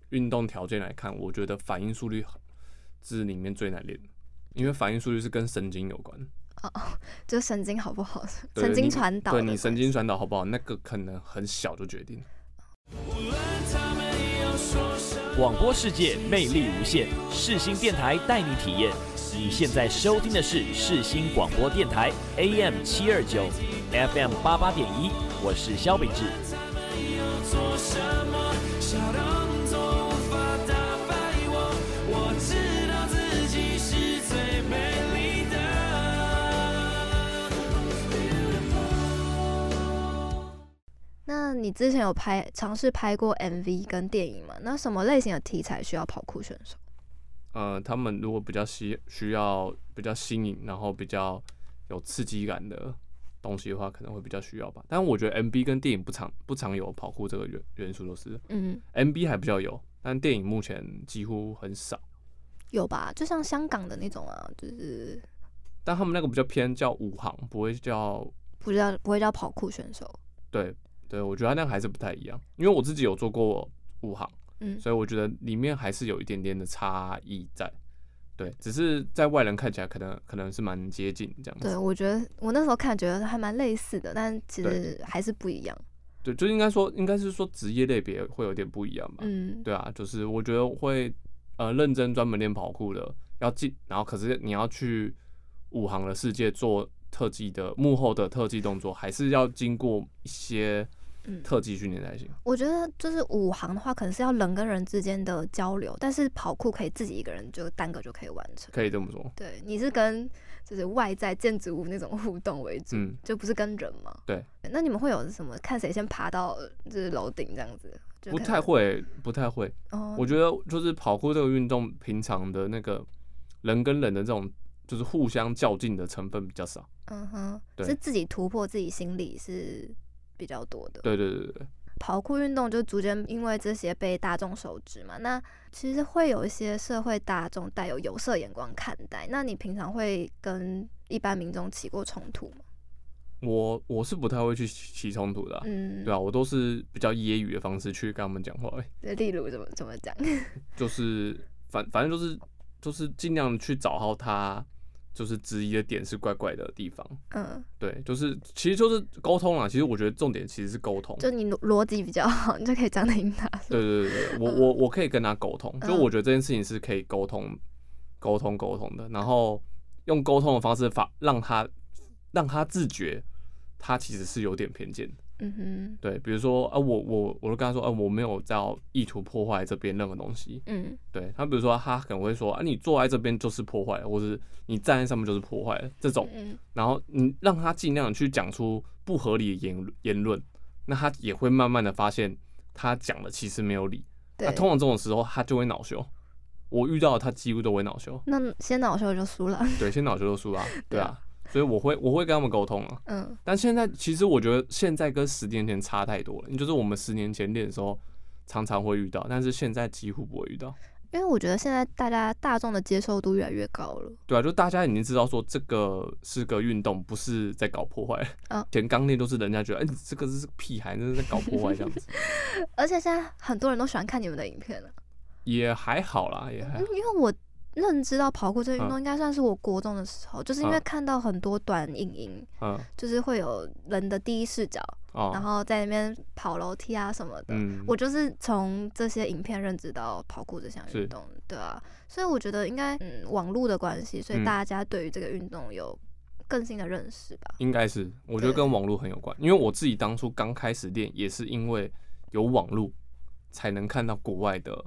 运动条件来看，我觉得反应速率是里面最难练的，因为反应速率是跟神经有关，就神经好不好， 对神经你传导的对关系，你神经传导好不好，那个可能很小就决定了。广播世界魅力无限，世新电台带你体验。你现在收听的是世新广播电台 AM 七二九，FM 八八点一，我是肖秉志。那你之前有拍尝试拍过 MV 跟电影吗？那什么类型的题材需要跑酷选手？呃，他们如果比较吸需要比较新颖，然后比较有刺激感的东西的话，可能会比较需要吧。但我觉得 MB 跟电影不常不常有跑酷这个元元素，都是嗯， MB 还比较有，但电影目前几乎很少。有吧？就像香港的那种啊，就是但他们那个比较偏叫武行，不会叫不知道不会叫跑酷选手。对对，我觉得他那个还是不太一样，因为我自己有做过武行，嗯所以我觉得里面还是有一点点的差异在。对，只是在外人看起来可能可能是蛮接近这样子。对，我觉得我那时候看觉得还蛮类似的，但其实还是不一样。对，就应该说，应该是说职业类别会有点不一样吧。嗯，对啊，就是我觉得会呃认真专门练跑酷的要进，然后可是你要去武行的世界做特技的幕后的特技动作，还是要经过一些嗯特技训练才行。我觉得就是五行的话，可能是要人跟人之间的交流，但是跑酷可以自己一个人就单个就可以完成。可以这么说，对，你是跟就是外在建筑物那种 互动为主，嗯就不是跟人嘛。对，那你们会有什么看谁先爬到就是楼顶这样子？就不可太能。会，不太会。哦，我觉得就是跑酷这个运动，平常的那个人跟人的这种就是互相较劲的成分比较少。嗯哼，对是自己突破自己心理是比较多的。对对对对对，跑酷运动就逐渐因为这些被大众熟知嘛，那其实会有一些社会大众带有有色眼光看待。那你平常会跟一般民众起过冲突吗？我我是不太会去起起冲突的、啊。嗯，对啊，我都是比较揶揄的方式去跟他们讲话而已、对，嗯例如怎么怎么讲？ 就是反反正就是就是尽量去找到他就是质疑的点是怪怪的地方。嗯，对，就是其实就是沟通啦。其实我觉得重点其实是沟通。就你逻逻辑比较好，你就可以讲得赢他。是吧对对对，对我我我可以跟他沟通，就嗯我觉得这件事情是可以沟通、沟通、沟通的，然后用沟通的方式发让他让他自觉，他其实是有点偏见的。嗯哼，对，比如说啊，我我我就跟他说，啊，我没有在意图破坏这边任何东西。嗯对他，比如说他可能会说啊，你坐在这边就是破坏了，或是你站在上面就是破坏了这种，嗯然后你让他尽量去讲出不合理的言言论，那他也会慢慢的发现他讲的其实没有理。对。啊那通常这种时候他就会恼羞，我遇到的他几乎都会恼羞，那先恼羞就输了。对，先恼羞就输啊，对啊，所以我会我会跟他们沟通啊。嗯但现在其实我觉得现在跟十年前差太多了，就是我们十年前练的时候常常会遇到，但是现在几乎不会遇到。因为我觉得现在大家大众的接受度越来越高了。对啊，就大家已经知道说这个是个运动，不是在搞破坏。嗯前刚练都是人家觉得，哎、你这个是屁孩，这是在搞破坏这样子，而且现在很多人都喜欢看你们的影片了，也还好啦，也嗯还好。，因为我认知到跑酷这个运哎嗯动，应该算是我国中的时候，就是因为嗯看到很多短影音，嗯就是会有人的第一视角，哦，然后在那边跑楼梯啊什么的。嗯，我就是从这些影片认知到跑酷这项是运动，对啊，所以我觉得应该嗯网络的关系，所嗯以大家对于这个运动有更新的认识吧。应该是，我觉得对跟网络很有关，因为我自己当初刚开始练也是因为有网络才能看到国外的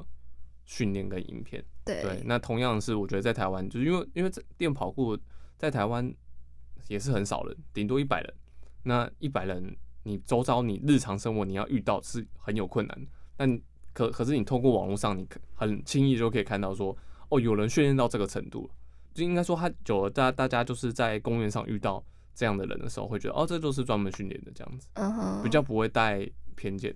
训练跟影片。对，对，那同样是我觉得在台湾，就是因为因为这练跑酷在台湾也是很少人，顶多一百人。那一百人，你周遭你日常生活你要遇到是很有困难的。那你可可是你通过网络上，你可很轻易就可以看到说，哦，有人训练到这个程度了，就应该说他久了，大家大家就是在公园上遇到这样的人的时候，会觉得哦，这就是专门训练的这样子，嗯哼，比较不会带偏见。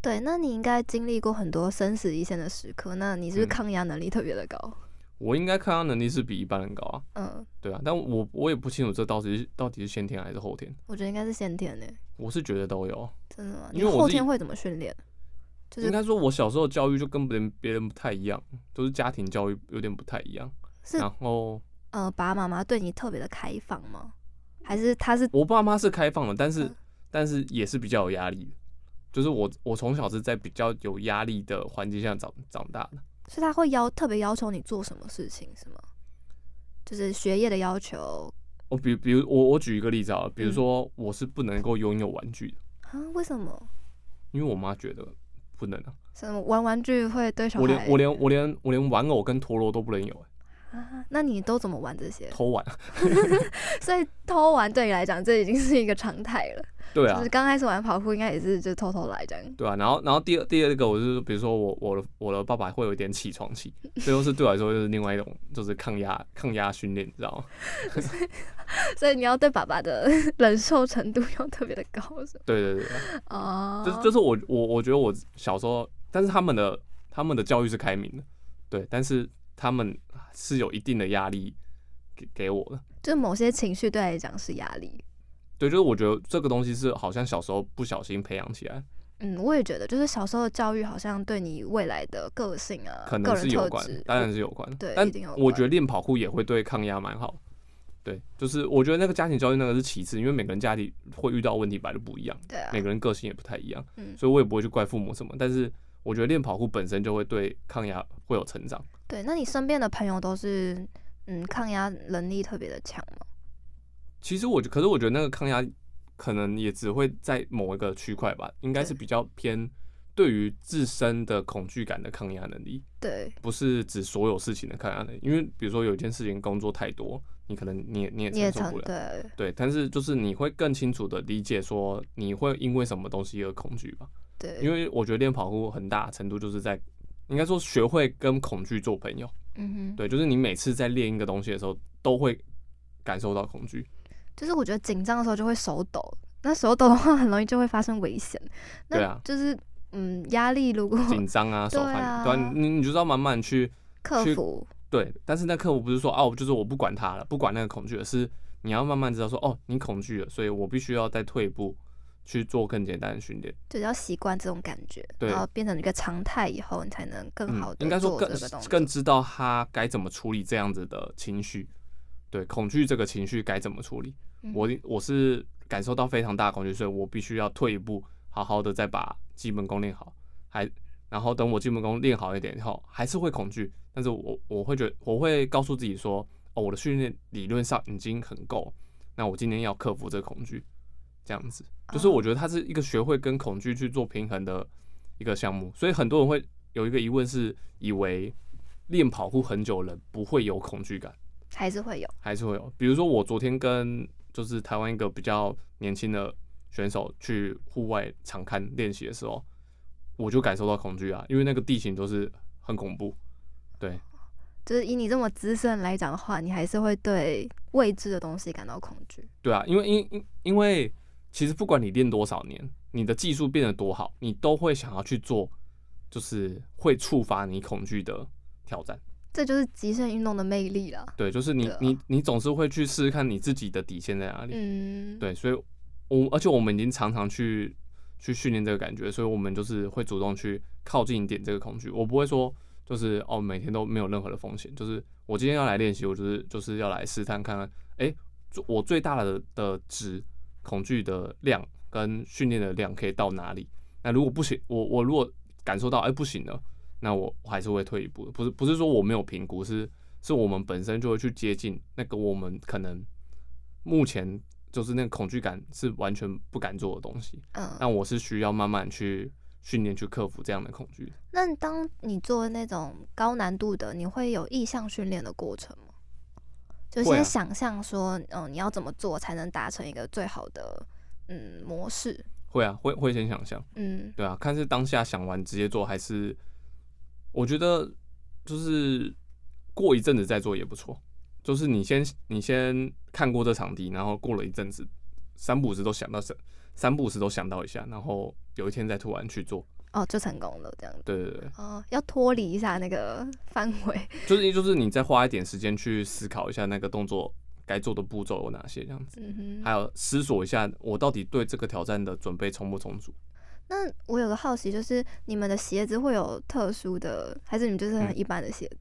对。那你应该经历过很多生死一线的时刻，那你是不是嗯抗压能力特别的高？我应该抗压能力是比一般人高啊，嗯，对啊，但我我也不清楚这到底是到底是先天还是后天。我觉得应该是先天的、我是觉得都有，真的吗？因你为我后自己天会怎么训练？就是应该说，我小时候的教育就跟别人别人不太一样，都是家庭教育有点不太一样。是然后呃，爸爸妈妈对你特别的开放吗？还是他是我爸妈是开放的，但是、嗯但是也是比较有压力的，就是我我从小是在比较有压力的环境下长长大的。是他会要特别要求你做什么事情是吗？就是学业的要求我哦比比如我我举一个例子啊，比如嗯说我是不能够拥有玩具的，啊？为什么？因为我妈觉得不能啊，什么玩玩具会对小孩？我连我连我连我连玩偶跟陀螺都不能有、啊，那你都怎么玩这些？偷玩。 所以偷玩对你来讲，这已经是一个常态了。对啊就是，刚开始玩跑酷，应该也是就偷偷来这样。对啊，然后然后第二第二个，我就是比如说我我的我的爸爸会有一点起床气，这都是对我来说就是另外一种就是抗压抗压训练，你知道吗？所以你要对爸爸的 忍受程度要特别的高，是吗？对对对对，哦，就是就是我我我觉得我小时候，但是他们的他们的教育是开明的，对，但是他们是有一定的压力给给我的，就是某些情绪对他来讲是压力。对，就是我觉得这个东西是好像小时候不小心培养起来，嗯，我也觉得，就是小时候的教育好像对你未来的个性啊、个可能是人有特关质，，当然是有关。对但一定有我觉得关练跑酷也会对抗压蛮好。对，就是我觉得那个家庭教育那个是其次，因为每个人家里会遇到问题本来就不一样，对啊每，个人个性也不太一样，嗯所以我也不会去怪父母什么。但是我觉得练跑酷本身就会对抗压会有成长。对。那你身边的朋友都是嗯抗压能力特别的强吗？其实我觉，可是我觉得那个抗压可能也只会在某一个区块吧，应该是比较偏对于自身的恐惧感的抗压能力。对，不是指所有事情的抗压能力，因为比如说有一件事情工作太多，你可能你也你也你也承受常不了，对对，但是就是你会更清楚的理解说你会因为什么东西而恐惧吧，对，因为我觉得练跑酷很大程度就是在应该说学会跟恐惧做朋友，嗯哼，对，就是你每次在练一个东西的时候都会感受到 恐惧，就是我觉得紧张的时候就会手抖，那手抖的话很容易就会发生危险。对那啊就是、嗯，压力如果紧张啊，手对汗，啊对啊，你你就是要慢慢去 克去服，对，但是那客户不是说哦，就是我不管他了，不管那个恐惧了，是你要慢慢知道说哦，你恐惧了，所以我必须要再退一步去做更简单的训练。就是要习惯这种感觉，对嗯然后变成一个常态以后，你才能更好的、应该说更这个动作。更知道他该怎么处理这样子的情绪，对，恐惧这个情绪该怎么处理。嗯我我是感受到非常大的恐惧，所以我必须要退一步，好好的再把基本功练好，还然后等我基本功练好一点以后，还是会恐惧，但是我我会觉得我会告诉自己说，哦，我的训练理论上已经很够，那我今天要克服这个恐惧，这样子，就是哦我觉得它是一个学会跟恐惧去做平衡的一个项目，所以很多人会有一个疑问是，以为练跑酷很久了不会有恐惧感。还是会有，还是会有。比如说我昨天跟就是台湾一个比较年轻的选手去户外场刊练习的时候，我就感受到恐惧啊，因为那个地形都是很恐怖。对就是以你这么资深来讲的话，你还是会对未知的东西感到恐惧。对啊，因为因因因为其实不管你练多少年，你的技术变得多好，你都会想要去做，就是会触发你恐惧的挑战。这就是极限运动的魅力了。对，就是你对啊你你总是会去试试看你自己的底线在哪里。嗯，对，所以我而且我们已经常常去去训练这个感觉，所以我们就是会主动去靠近一点这个恐惧。我不会说就是哦，每天都没有任何的风险，就是我今天要来练习，我就是就是要来试探看看，哎，最我最大的的值恐惧的量跟训练的量可以到哪里？那如果不行，我我如果感受到哎不行了，那我我还是会退一步的，不是不是说我没有评估，是是我们本身就会去接近那个我们可能目前就是那个恐惧感是完全不敢做的东西，嗯，但我是需要慢慢去训练去克服这样的恐惧。那当你做那种高难度的，你会有意向训练的过程吗？就会啊先想象说，嗯、你要怎么做才能达成一个最好的嗯模式？会啊，会会先想象，嗯，对啊，看是当下想完直接做，还是我觉得就是过一阵子再做也不错。就是你先你先看过这场地，然后过了一阵子，三不五时都想到三三不五时都想到一下，然后有一天再突然去做。哦，就成功了这样子。对对对，哦，要脱离一下那个 范围。就是就是你再花一点时间去思考一下那个动作该做的步骤有哪些，这样子，嗯还哼。有思索一下我到底对这个挑战的准备充不充足。那我有个好奇，就是你们的鞋子会有特殊的，还是你们就是很嗯一般的鞋子？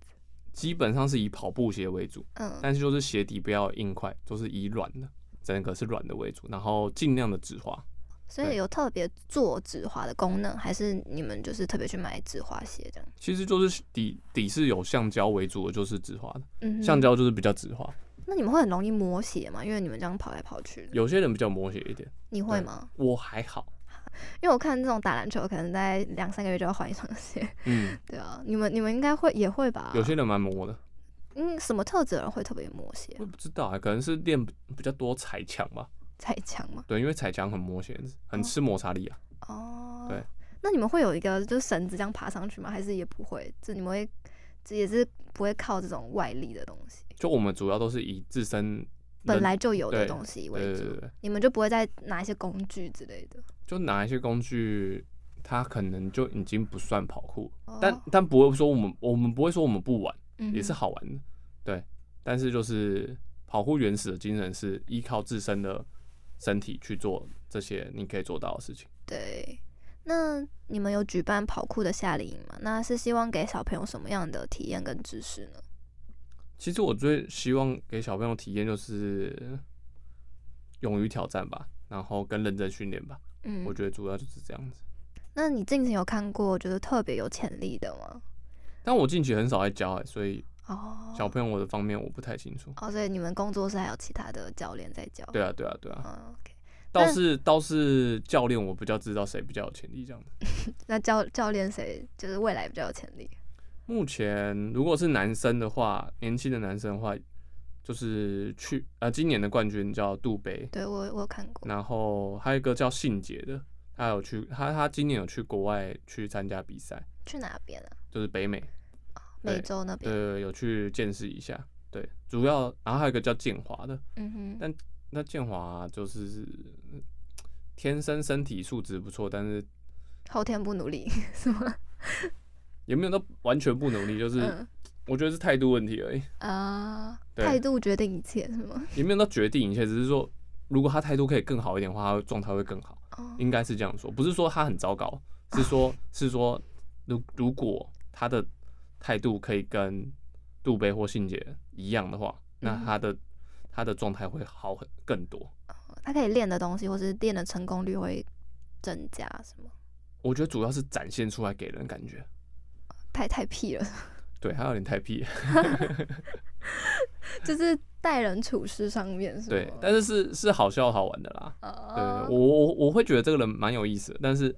基本上是以跑步鞋为主，嗯但是就是鞋底不要硬块，就是以软的，整个是软的为主，然后尽量的止滑。所以对有特别做指滑的功能，还是你们就是特别去买指滑鞋这样？其实就是底底是有橡胶为主的，就是止滑的，嗯哼，橡胶就是比较止滑。那你们会很容易磨鞋吗？因为你们这样跑来跑去的，有些人比较磨鞋一点，你会对吗？我还好，因为我看这种打篮球，可能在两三个月就要换一双鞋，嗯，对啊，你们你们应该会也会吧？有些人蛮磨的，嗯，什么特质的人会特别磨鞋我？也不知道啊，可能是练比较多踩墙吧，太强吗？对，因为踩墙很磨鞋子，很吃摩擦力啊。哦，对。那你们会有一个就是绳子这样爬上去吗？还是也不会？就你们会，这也是不会靠这种外力的东西，就我们主要都是以自身本人来就有的对东西对为对对主对，你们就不会再拿一些工具之类的。就拿一些工具，它可能就已经不算跑酷，哦但但不会说我们我们不会说我们不玩，嗯也是哼好玩的，对。但是就是跑酷原始的精神是依靠自身的身体去做这些你可以做到的事情。对。那你们有举办跑酷的夏令营吗？那是希望给小朋友什么样的体验跟知识呢？其实我最希望给小朋友体验就是勇于挑战吧，然后跟认真训练吧。嗯，我觉得主要就是这样子。那你近期有看过觉得特别有潜力的吗？但我近期很少在教、欸，所以哦，小朋友的方面我不太清楚。哦，所以你们工作室还有其他的教练在教？对啊，对啊，对啊。嗯，OK。倒是倒是教练，我比较知道谁比较有潜力这样子。那教教练谁就是未来比较有潜力？目前如果是男生的话，年轻的男生的话，就是去呃今年的冠军叫杜北，对我我有看过，然后还有一个叫信杰的，他有去他他今年有去国外去参加比赛，去哪边啊？就是北美，美对洲那边？对，有去见识一下。对，主要然后还有一个叫建华的，嗯哼，但那建华就是嗯天生身体素质不错，但是后天不努力 是吗？也没有到完全不努力，就是、嗯我觉得是态度问题而已，啊，对态度决定一切是吗？也没有到决定一切，只是说如果他态度可以更好一点的话，他状态会更好，哦，应该是这样说，不是说他很糟糕，是说是说如如果他的态度可以跟杜贝或信姐一样的话，那嗯他的、他的状态会好很更多。他可以练的东西，或是练的成功率会增加，是吗？我觉得主要是展现出来给人感觉，太太屁了， 对，他有点太屁了，就是待人处事上面是吗？对，但是是是好笑好玩的啦。对哦对，对，我我我会觉得这个人蛮有意思的，但是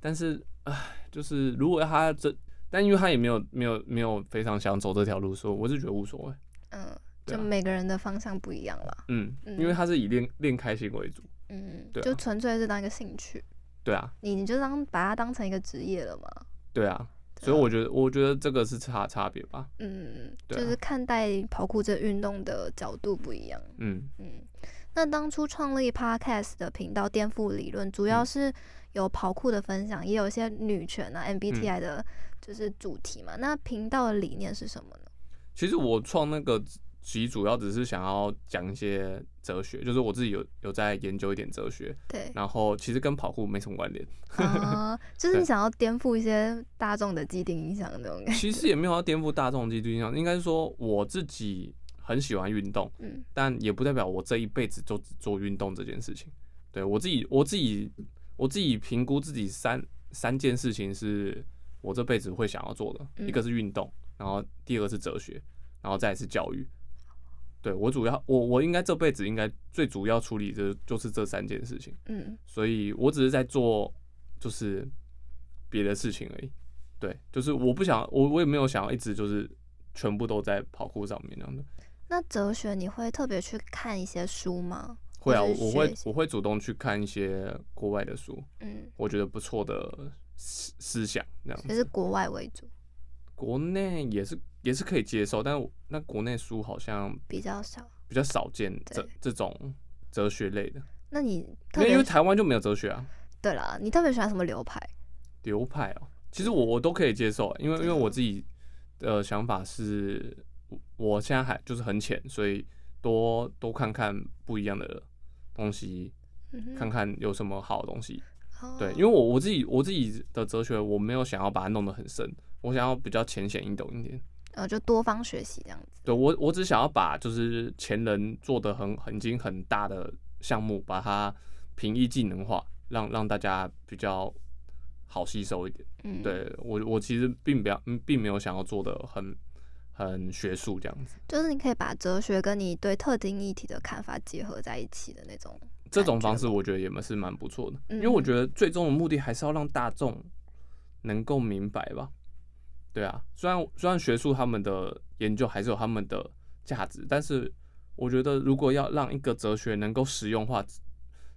但是唉，就是如果他这，但因为他也没有没有没有非常想走这条路，所以我是觉得无所谓。嗯，对就啊每个人的方向不一样啦。嗯，嗯因为他是以练练开心为主。嗯，对啊就纯粹是当一个兴趣，对啊，你你就当把它当成一个职业了嘛。对啊，对所以啊我觉得我觉得这个是差差别吧。嗯，就对啊是看待跑酷这运动的角度不一样。嗯，嗯，那当初创立 Podcast 的频道颠覆理论，主要嗯是有跑酷的分享，也有一些女权啊 MBTI 的，就是主题嘛。那频道的理念是什么呢？其实我创那个集主要只是想要讲一些哲学，就是我自己有有在研究一点哲学，，对然后其实跟跑酷没什么关联。 啊、就是你对想要颠覆一些大众的既定印象那种感觉。其实也没有要颠覆大众的基督印象，应该是说我自己很喜欢运动，嗯但也不代表我这一辈子就只做运动这件事情。对我自己，我自己，我自己评估自己三三件事情是我这辈子会想要做的，嗯一个是运动，然后第二个是哲学，然后再来是教育。对我主要，我我应该这辈子应该最主要处理的就是这三件事情，嗯，所以我只是在做就是别的事情而已。对，就是我不想，我我也没有想要一直就是全部都在跑酷上面那样的。那哲学你会特别去看一些书吗？会啊，或我是我学会一些我会主动去看一些国外的书，嗯，我觉得不错的思思想这样也是子。国外为主，国内也是也是可以接受，但我那国内书好像比较少。比较少见这对这种哲学类的，那你因特为因别为台湾就没有哲学啊对啦，你特别喜欢什么流派？流派哦、其实我我都可以接受啊，因为因真的为我吗自己的想法是，我我现在还就是很浅，所以多多看看不一样的东西，嗯看哼，看有什么好的东西哦对，因为我我自己我自己的哲学，我没有想要把它弄得很深，我想要比较浅显易懂一点。呃，就多方学习这样子。对我我只想要把就是前人做的很很已经很大的项目，把它平易技能化，让让大家比较好吸收一点。嗯，对我我其实并不要嗯并没有想要做的很很学术这样子，就是你可以把哲学跟你对特定议题的看法结合在一起的那种。这种方感觉式吗我觉得也是蛮不错的，因为我嗯觉得最终的目的还是要让大众能够明白吧。对啊，虽然虽然学术他们的研究还是有他们的价值，但是我觉得如果要让一个哲学能够实用化，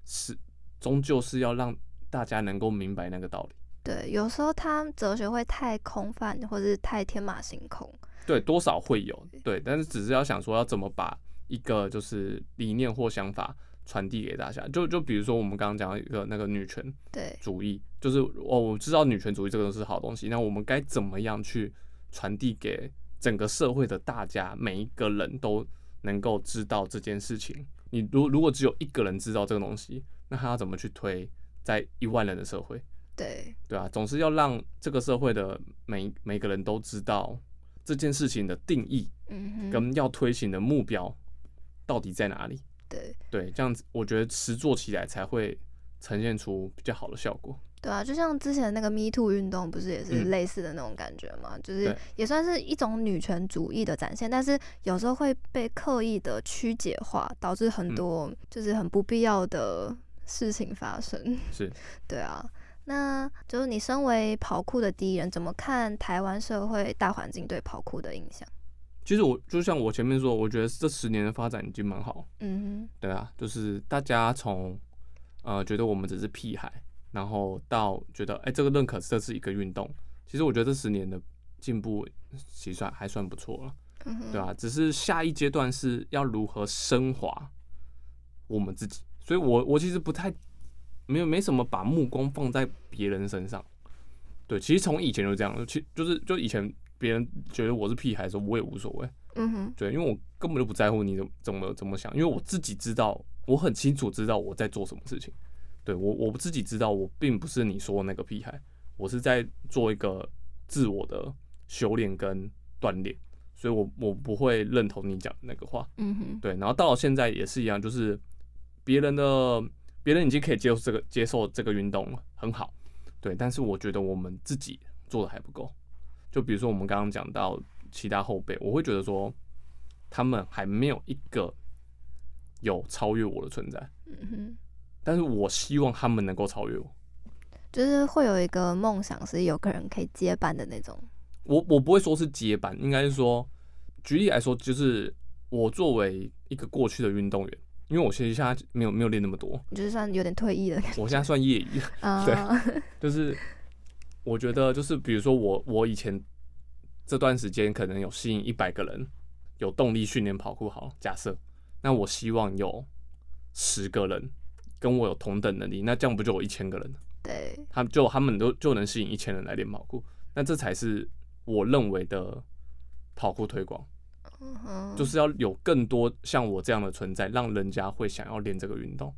是终究是要让大家能够明白那个道理。对，有时候它哲学会太空泛，或是太天马行空。对，多少会有对，但是只是要想说要怎么把一个就是理念或想法传递给大家。就就比如说我们刚刚讲到一个那个女权，对，主义，就是哦，我知道女权主义这个是好东西，那我们该怎么样去传递给整个社会的大家，每一个人都能够知道这件事情？你如如果只有一个人知道这个东西，那他要怎么去推在一万人的社会？对，对啊，总是要让这个社会的每每个人都知道这件事情的定义嗯哼，跟要推行的目标到底在哪里。对，对，这样子我觉得实做起来才会呈现出比较好的效果。对啊，就像之前那个 Me Too 运动，不是也是嗯类似的那种感觉嘛？就是对也算是一种女权主义的展现，但是有时候会被刻意的曲解化，导致很嗯多就是很不必要的事情发生。是，对啊，那就是你身为跑酷的第一人，怎么看台湾社会大环境对跑酷的影响？其实我就像我前面说，我觉得这十年的发展已经蛮好，嗯对啊，就是大家从呃觉得我们只是屁孩，然后到觉得哎、这个认可这是一个运动，其实我觉得这十年的进步其实算还算不错了，哼，嗯哼，对啊，只是下一阶段是要如何升华我们自己，所以我我其实不太没有没什么把目光放在别人身上，对，其实从以前就这样，其就是就以前别人觉得我是屁孩的时候，我也无所谓。嗯哼，对，因为我根本就不在乎你怎么怎么怎么想，因为我自己知道，我很清楚知道我在做什么事情。对我我自己知道，我并不是你说的那个屁孩，我是在做一个自我的修炼跟锻炼，所以我我不会认同你讲的那个话。嗯哼，对，然后到了现在也是一样，就是别人的别人已经可以接受这个接受这个运动了，很好。对，但是我觉得我们自己做的还不够。就比如说我们刚刚讲到其他后辈，我会觉得说他们还没有一个有超越我的存在，嗯哼，但是我希望他们能够超越我。就是会有一个梦想是有个人可以接班的那种。我我不会说是接班，应该是说，举例来说，就是我作为一个过去的运动员，因为我其实现在没有没有练那么多，就是算有点退役 的感我现在算业余。觉啊，对就是我觉得就是比如说我我以前这段时间可能有吸引一百个人有动力训练跑酷好了，假设那我希望有十个人跟我有同等能力，那这样不就有一千个人了？对，他们就他们都就能吸引一千人来练跑酷，那这才是我认为的跑酷推广，嗯哼， 就是要有更多像我这样的存在，让人家会想要练这个运动。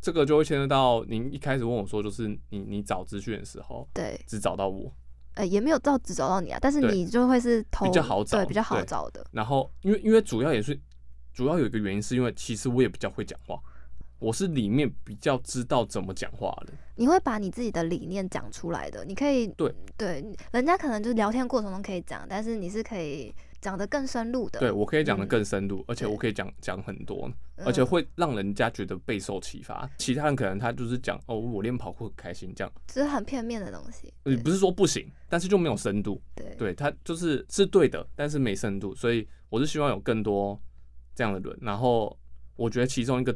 这个就会牵涉到您一开始问我说，就是你你找资讯的时候，对，只找到我。呃，也没有到只找到你啊，但是对你就会是投较好找对，比较好对找的，然后因为因为主要也是主要有一个原因，是因为其实我也比较会讲话，我是里面比较知道怎么讲话的。你会把你自己的理念讲出来的，你可以对对，人家可能就是聊天过程中可以讲，但是你是可以讲得更深入的，对我可以讲的嗯更深入，而且对我可以讲讲很多，嗯，而且会让人家觉得备受启发。其他人可能他就是讲哦，我练跑酷很开心这样，就是很片面的东西，也不是说不行，但是就没有深度。对嗯对他就是是对的，但是没深度，所以我是希望有更多这样的人。然后我觉得其中一个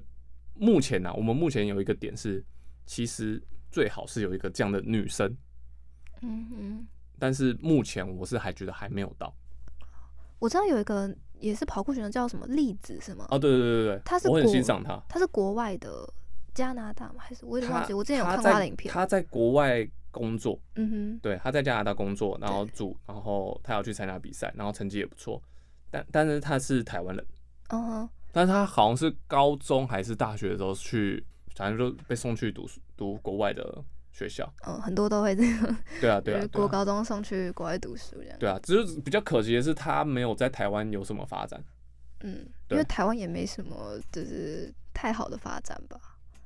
目前呢、啊，我们目前有一个点是，其实最好是有一个这样的女生，嗯嗯，但是目前我是还觉得还没有到。我知道有一个也是跑酷选手叫什么栗子是吗？哦，对对对对对，她是我很国欣赏她。他是国外的加拿大吗？还是我有点忘她记，我之前有她看过在他的影片，她在国外工作，嗯哼，对，她在加拿大工作，然后对住，然后她有去参加比赛，然后成绩也不错，但但是她是台湾人。嗯哼，但是他好像是高中还是大学的时候去，反正就被送去读书读国外的学校。嗯，很多都会这样，对啊，就对啊是，对国啊，高中送去国外读书这样，对啊，只是比较可惜的是他没有在台湾有什么发展。嗯，因对为台湾也没什么就是太好的发展吧。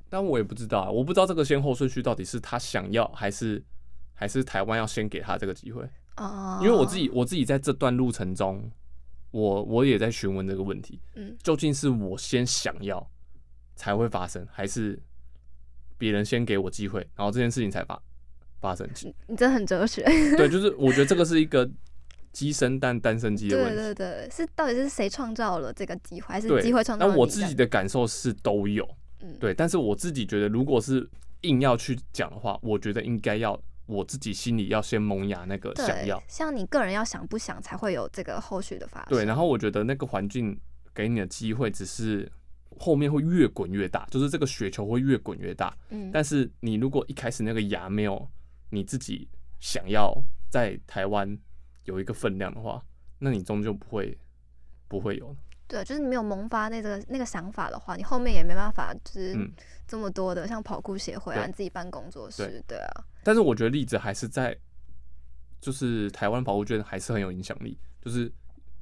但我也不知道啊，我不知道这个先后顺序到底是他想要还是还是台湾要先给他这个机会。哦，因为我自，己我自己在这段路程中，我我也在询问这个问题，嗯究竟是我先想要才会发生，还是别人先给我机会，然后这件事情才发发生？你真的很哲学。 对，就是我觉得这个是一个鸡生蛋，蛋生鸡的问对题。对对，是到底是谁创造了这个机会，还是对，机会创造那了我你自这己样，的感受是都有，嗯，对，但是我自己觉得，如果是硬要去讲的话，我觉得应该要我自己心里要先萌芽那个对，想要，像你个人要想不想，才会有这个后续的发生。对，然后我觉得那个环境给你的机会只是。后面会越滚越大，就是这个雪球会越滚越大。嗯，但是你如果一开始那个芽没有你自己想要在台湾有一个分量的话，那你终究不会不会有。对，就是你没有萌发那个那个想法的话，你后面也没办法，就是嗯这么多的、像跑酷协会啊，对你自己办工作室，对啊，但是我觉得例子还是在，就是台湾跑酷圈还是很有影响力，就是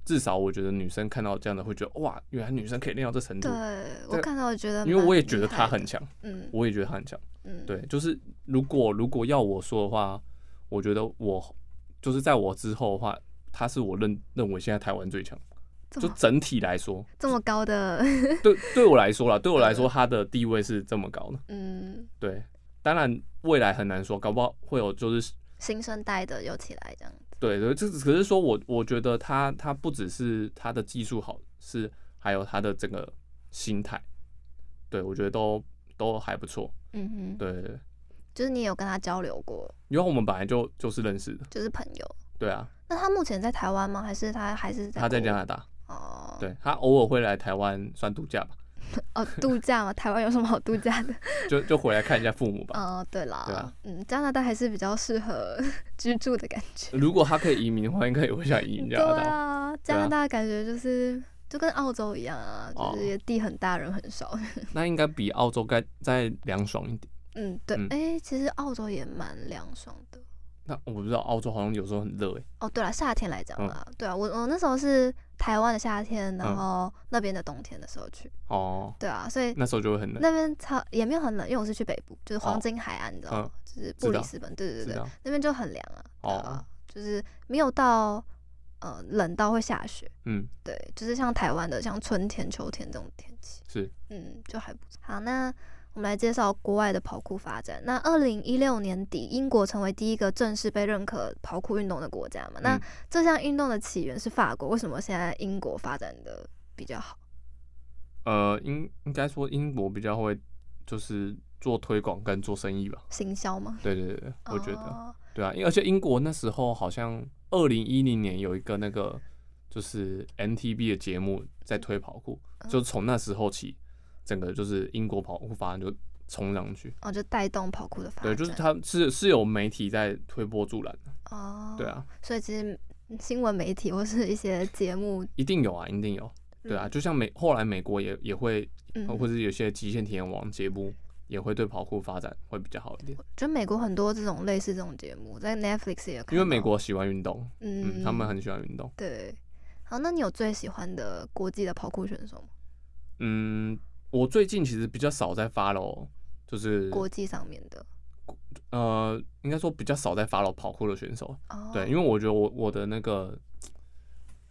至少我觉得女生看到这样的会觉得哇，原来女生可以练到这程度对，我嗯对看到觉得，因为我也觉得她很，强，嗯我也觉得她很强。嗯，对，就是如果如果要我说的话，我觉得我就是在我之后的话，她是我认认为现在台湾最强，这就么整体来说，这么高的，对对我来说啦，对我来说她的地位是这么高的。嗯，对，当然未来很难说，搞不好会有就是新生代的有起来这样子，对对，这只可是说我我觉得他他不只是他的技术好，是还有他的整个心态，对我觉得都都还不错。嗯哼，对对对，就是你也有跟他交流过，因为我们本来就就是认识的，就是朋友。对啊，那他目前在台湾吗？还是他还是在他在国加外拿大，哦，对他偶尔会来台湾算度假吧，哦，度假嘛，台湾有什么好度假 的？就就回来看一下父母吧。哦，对啦，对啊嗯，加拿大还是比较适合 居住的感觉。如果他可以移民的话，应该也会想移民加拿对大。啊，加拿大感觉就是、就跟澳洲一样啊，哦就是也地很大，人很少。 那应该比澳洲该再凉爽一点。嗯，对，嗯哎、其实澳洲也蛮凉爽的。那那我不知道澳洲好像有时候很热欸诶、哦，对了，夏天来讲嗯啦，对啊，我我那时候是台湾的夏天，然嗯后那边的冬天的时候去，哦，对啊，所以那时候就会很冷，那边超也没有很冷，因为我是去北部，就是黄哦金海岸，你知道嗯吗？就是布里道斯本，对对知对，道？那边就很凉啊，对啊哦就是没有到呃冷到会下雪，嗯，对，就是像台湾的像春天、秋天这种天气，是。嗯，就还不错。好，那我们来介绍国外的跑酷发展。那二零一六年底，英国成为第一个正式被认可跑酷运动的国家嘛？那嗯这项运动的起源是法国，为什么现在英国发展的比较好？呃，应应该说英国比较会就是做推广跟做生意吧。行销吗？对对对，我觉得、哦对啊，因为而且英国那时候好像二零一零年有一个那个就是 NTB 的节目在推跑酷，嗯就从那时候起，整个就是英国跑酷发展就冲上去。哦，就带动跑酷的发展。对，就是它是是有媒体在推波助澜的，哦，对，啊，所以其实新闻媒体或是一些节目，一定有啊，一定有，对啊，就像美后来美国也也会，嗯，或者有些极限体验网节目也会对跑酷发展会比较好一点。就美国很多这种类似这种节目，在 Netflix 也有看到。因为美国喜欢运动，嗯，嗯，他们很喜欢运动，对。好，那你有最喜欢的国际的跑酷选手吗？嗯，我最近其实比较少在 follow，就是国际上面的呃，应该说比较少在 follow 跑酷的选手，哦，对，因为我觉得我我的那个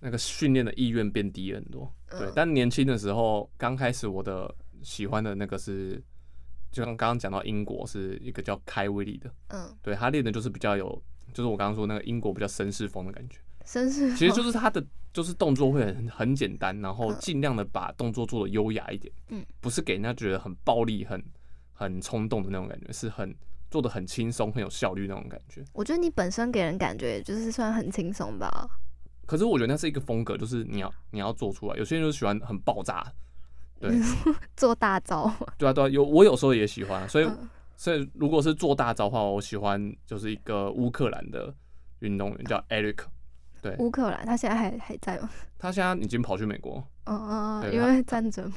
那个训练的意愿变低了很多，对嗯，但年轻的时候刚开始我的喜欢的那个是，就像刚刚讲到英国是一个叫开威利的，嗯，对他练的就是比较有，就是我刚刚说那个英国比较绅士风的感觉。绅士其实风就是他的就是动作会很很简单，然后尽量的把动作做的优雅一点，嗯，不是给人家觉得很暴力、很很冲动的那种感觉，是很做的很轻松、很有效率那种感觉。我觉得你本身给人感觉就是算很轻松吧，可是我觉得那是一个风格，就是你嗯要你要做出来。有些人就喜欢很爆炸，对嗯做大招， 对啊对啊，有我有时候也喜欢，啊所以、嗯所以如果是做大招的话，我喜欢就是一个乌克兰的运动员叫 Eric，对乌克兰他现在还还在吗？他现在已经跑去美国，嗯嗯，对因为战争嘛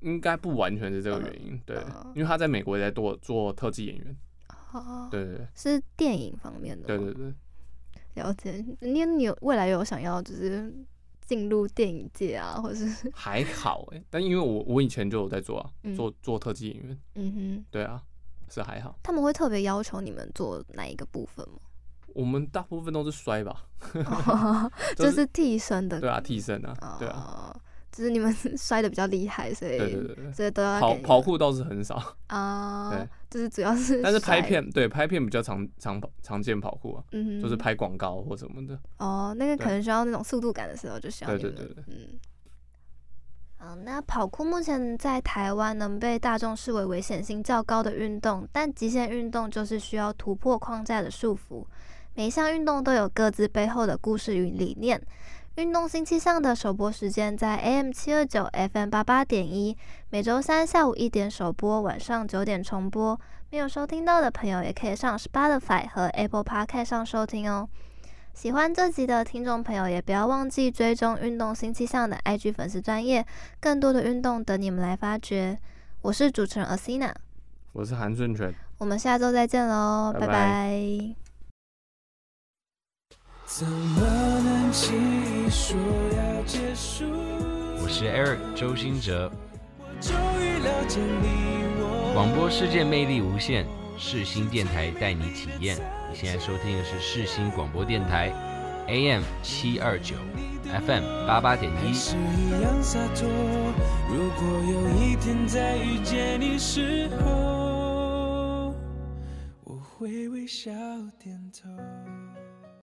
应该不完全是这个原因，对嗯，因为他在美国也在做做特技演员，哦，对对是电影方面的，对对对，对，了解。你你有未来有想要就是进入电影界啊，或者是还好哎、但因为我我以前就有在做啊嗯，做做特技演员，嗯哼，对啊，是还好。他们会特别要求你们做哪一个部分吗？我们大部分都是摔吧，哦 就 就是替身的，对啊，替身啊，对啊，哦，只是你们 摔的比较厉害，所以对对对对。所以都要跑给你跑们酷倒是很少，啊对，就是主要是但是拍摔，片对拍片比较常常常见跑酷啊，嗯哼，就是拍广告或什么的。哦，那个可对能需要那种速度感的时候，就需要对你对们对对嗯。好，那跑酷目前在台湾能被大众视为危险性较高的运动，但极限运动就是需要突破框架的束缚。每一项运动都有各自背后的故事与理念。运动星期上的首播时间在 AM 七二九 FM 八八点一，每周三下午一点首播，晚上九点重播。没有收听到的朋友也可以上 Spotify 和 Apple Podcast 上收听哦。喜欢这集的听众朋友，也不要忘记追踪运动新气象的 IG 粉丝专业，更多的运动等你们来发掘。我是主持人 Asina，我是韩顺全。我们下周再见喽，拜拜拜拜怎么能轻易说要结束？我是 Eric 周兴哲，我终于了解你我。广播世界魅力无限，世新电台带你体验。你现在收听的是世新广播电台，AM 七二九，FM 八八点还一。是一样洒脱。如果有一天再遇见你时候，我会微笑点头。